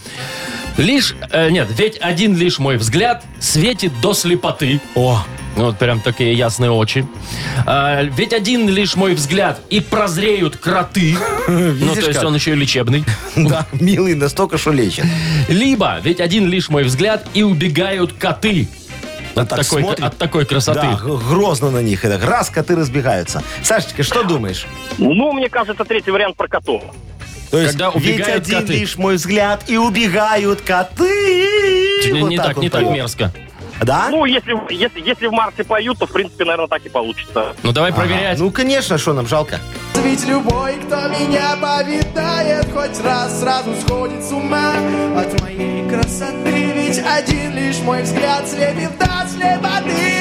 Speaker 2: Лишь, э, нет, ведь один лишь мой взгляд светит до слепоты.
Speaker 3: О,
Speaker 2: Ну, Вот прям такие ясные очи. А, ведь один лишь мой взгляд и прозреют кроты. Ну, то есть
Speaker 3: как?
Speaker 2: он еще и лечебный.
Speaker 3: да, милый настолько, что лечит.
Speaker 2: Либо ведь один лишь мой взгляд и убегают коты. От,
Speaker 3: так
Speaker 2: такой,
Speaker 3: смотрит.
Speaker 2: от такой красоты.
Speaker 3: Да, г- грозно на них. Это раз коты разбегаются. Сашечка, что думаешь?
Speaker 4: Ну, мне кажется, третий вариант про котов.
Speaker 3: То
Speaker 2: Когда
Speaker 3: ведь
Speaker 2: убегают
Speaker 3: один
Speaker 2: коты.
Speaker 3: лишь мой взгляд и убегают коты.
Speaker 2: Не,
Speaker 3: Вот
Speaker 2: не так,
Speaker 3: вот
Speaker 2: не так
Speaker 3: поет.
Speaker 2: мерзко.
Speaker 3: Да?
Speaker 4: Ну, если, если, если в марте поют, то, в принципе, наверное, так и получится.
Speaker 2: Ну давай
Speaker 3: Ага.
Speaker 2: проверять.
Speaker 3: Ну, конечно, что нам жалко.
Speaker 9: Ведь любой, кто меня повидает хоть раз, сразу сходит с ума от моей красоты. Ведь один лишь мой взгляд слепит до слепоты.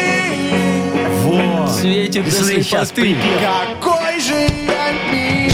Speaker 3: Вот.
Speaker 2: Светит до
Speaker 3: Смотри, щас
Speaker 2: слепоты.
Speaker 3: припев.
Speaker 9: Какой же я милый.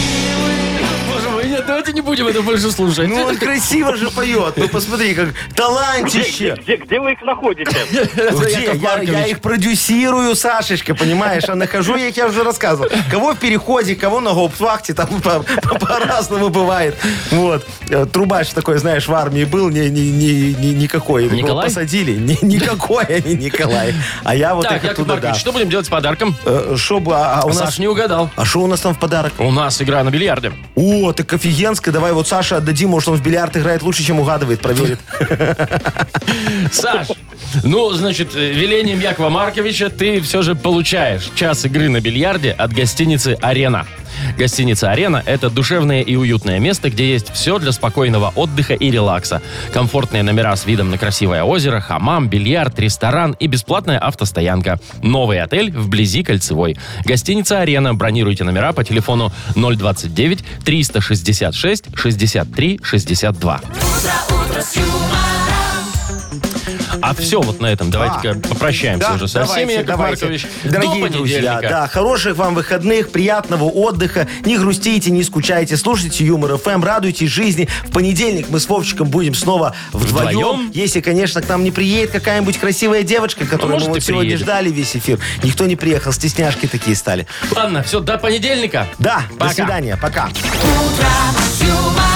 Speaker 2: Боже мой, нет, давайте не будем это больше слушать.
Speaker 3: Ну, он красиво же поет. Ну, посмотри, как
Speaker 4: Где,
Speaker 3: талантище.
Speaker 4: где- где вы их находите?
Speaker 3: Где?
Speaker 2: Яков
Speaker 3: Я, я
Speaker 2: Маркович.
Speaker 3: их продюсирую, Сашечка, понимаешь? А нахожу я их, я уже рассказывал. Кого в переходе, кого на гоптвахте, там по- по- по-разному бывает. Вот. Э, Трубач такой, знаешь, в армии был, не, не, не, не- никакой. Его
Speaker 2: Николай?
Speaker 3: посадили. Не- никакой, а не Николай. А я вот
Speaker 2: Так,
Speaker 3: их
Speaker 2: Яков
Speaker 3: оттуда, да.
Speaker 2: Маркович, что будем делать с подарком?
Speaker 3: Э, Шо бы, а, а у
Speaker 2: Саш
Speaker 3: нас...
Speaker 2: не угадал.
Speaker 3: А что у нас там в подарок?
Speaker 2: У нас игра на бильярде.
Speaker 3: О, так офигенская. Давай вот Саше отдадим, может, он в бильярд играет лучше, чем угадывает, проверит.
Speaker 2: Саш, ну, значит, э, велением Якова Марковича ты все же получаешь час игры на бильярде от гостиницы «Арена». Гостиница «Арена» — это душевное и уютное место, где есть все для спокойного отдыха и релакса. Комфортные номера с видом на красивое озеро, хамам, бильярд, ресторан и бесплатная автостоянка. Новый отель вблизи Кольцевой. Гостиница «Арена». Бронируйте номера по телефону 029 366 63 62. А все вот на этом. Давайте-ка попрощаемся
Speaker 3: Да,
Speaker 2: уже со
Speaker 3: давайте,
Speaker 2: всеми, Яков
Speaker 3: давайте.
Speaker 2: Маркович.
Speaker 3: Дорогие
Speaker 2: До
Speaker 3: друзья,
Speaker 2: понедельника.
Speaker 3: да, хороших вам выходных, приятного отдыха. Не грустите, не скучайте, слушайте Юмор ФМ, радуйтесь жизни. В понедельник мы с Вовчиком будем снова вдвоем.
Speaker 2: Вдвоем?
Speaker 3: Если, конечно, к нам не приедет какая-нибудь красивая девочка, которую
Speaker 2: может, и
Speaker 3: мы вот сегодня
Speaker 2: приедет.
Speaker 3: ждали весь эфир. Никто не приехал, стесняшки такие стали.
Speaker 2: Ладно, все, до понедельника.
Speaker 3: Да,
Speaker 2: Пока.
Speaker 3: до свидания, пока.
Speaker 8: humor.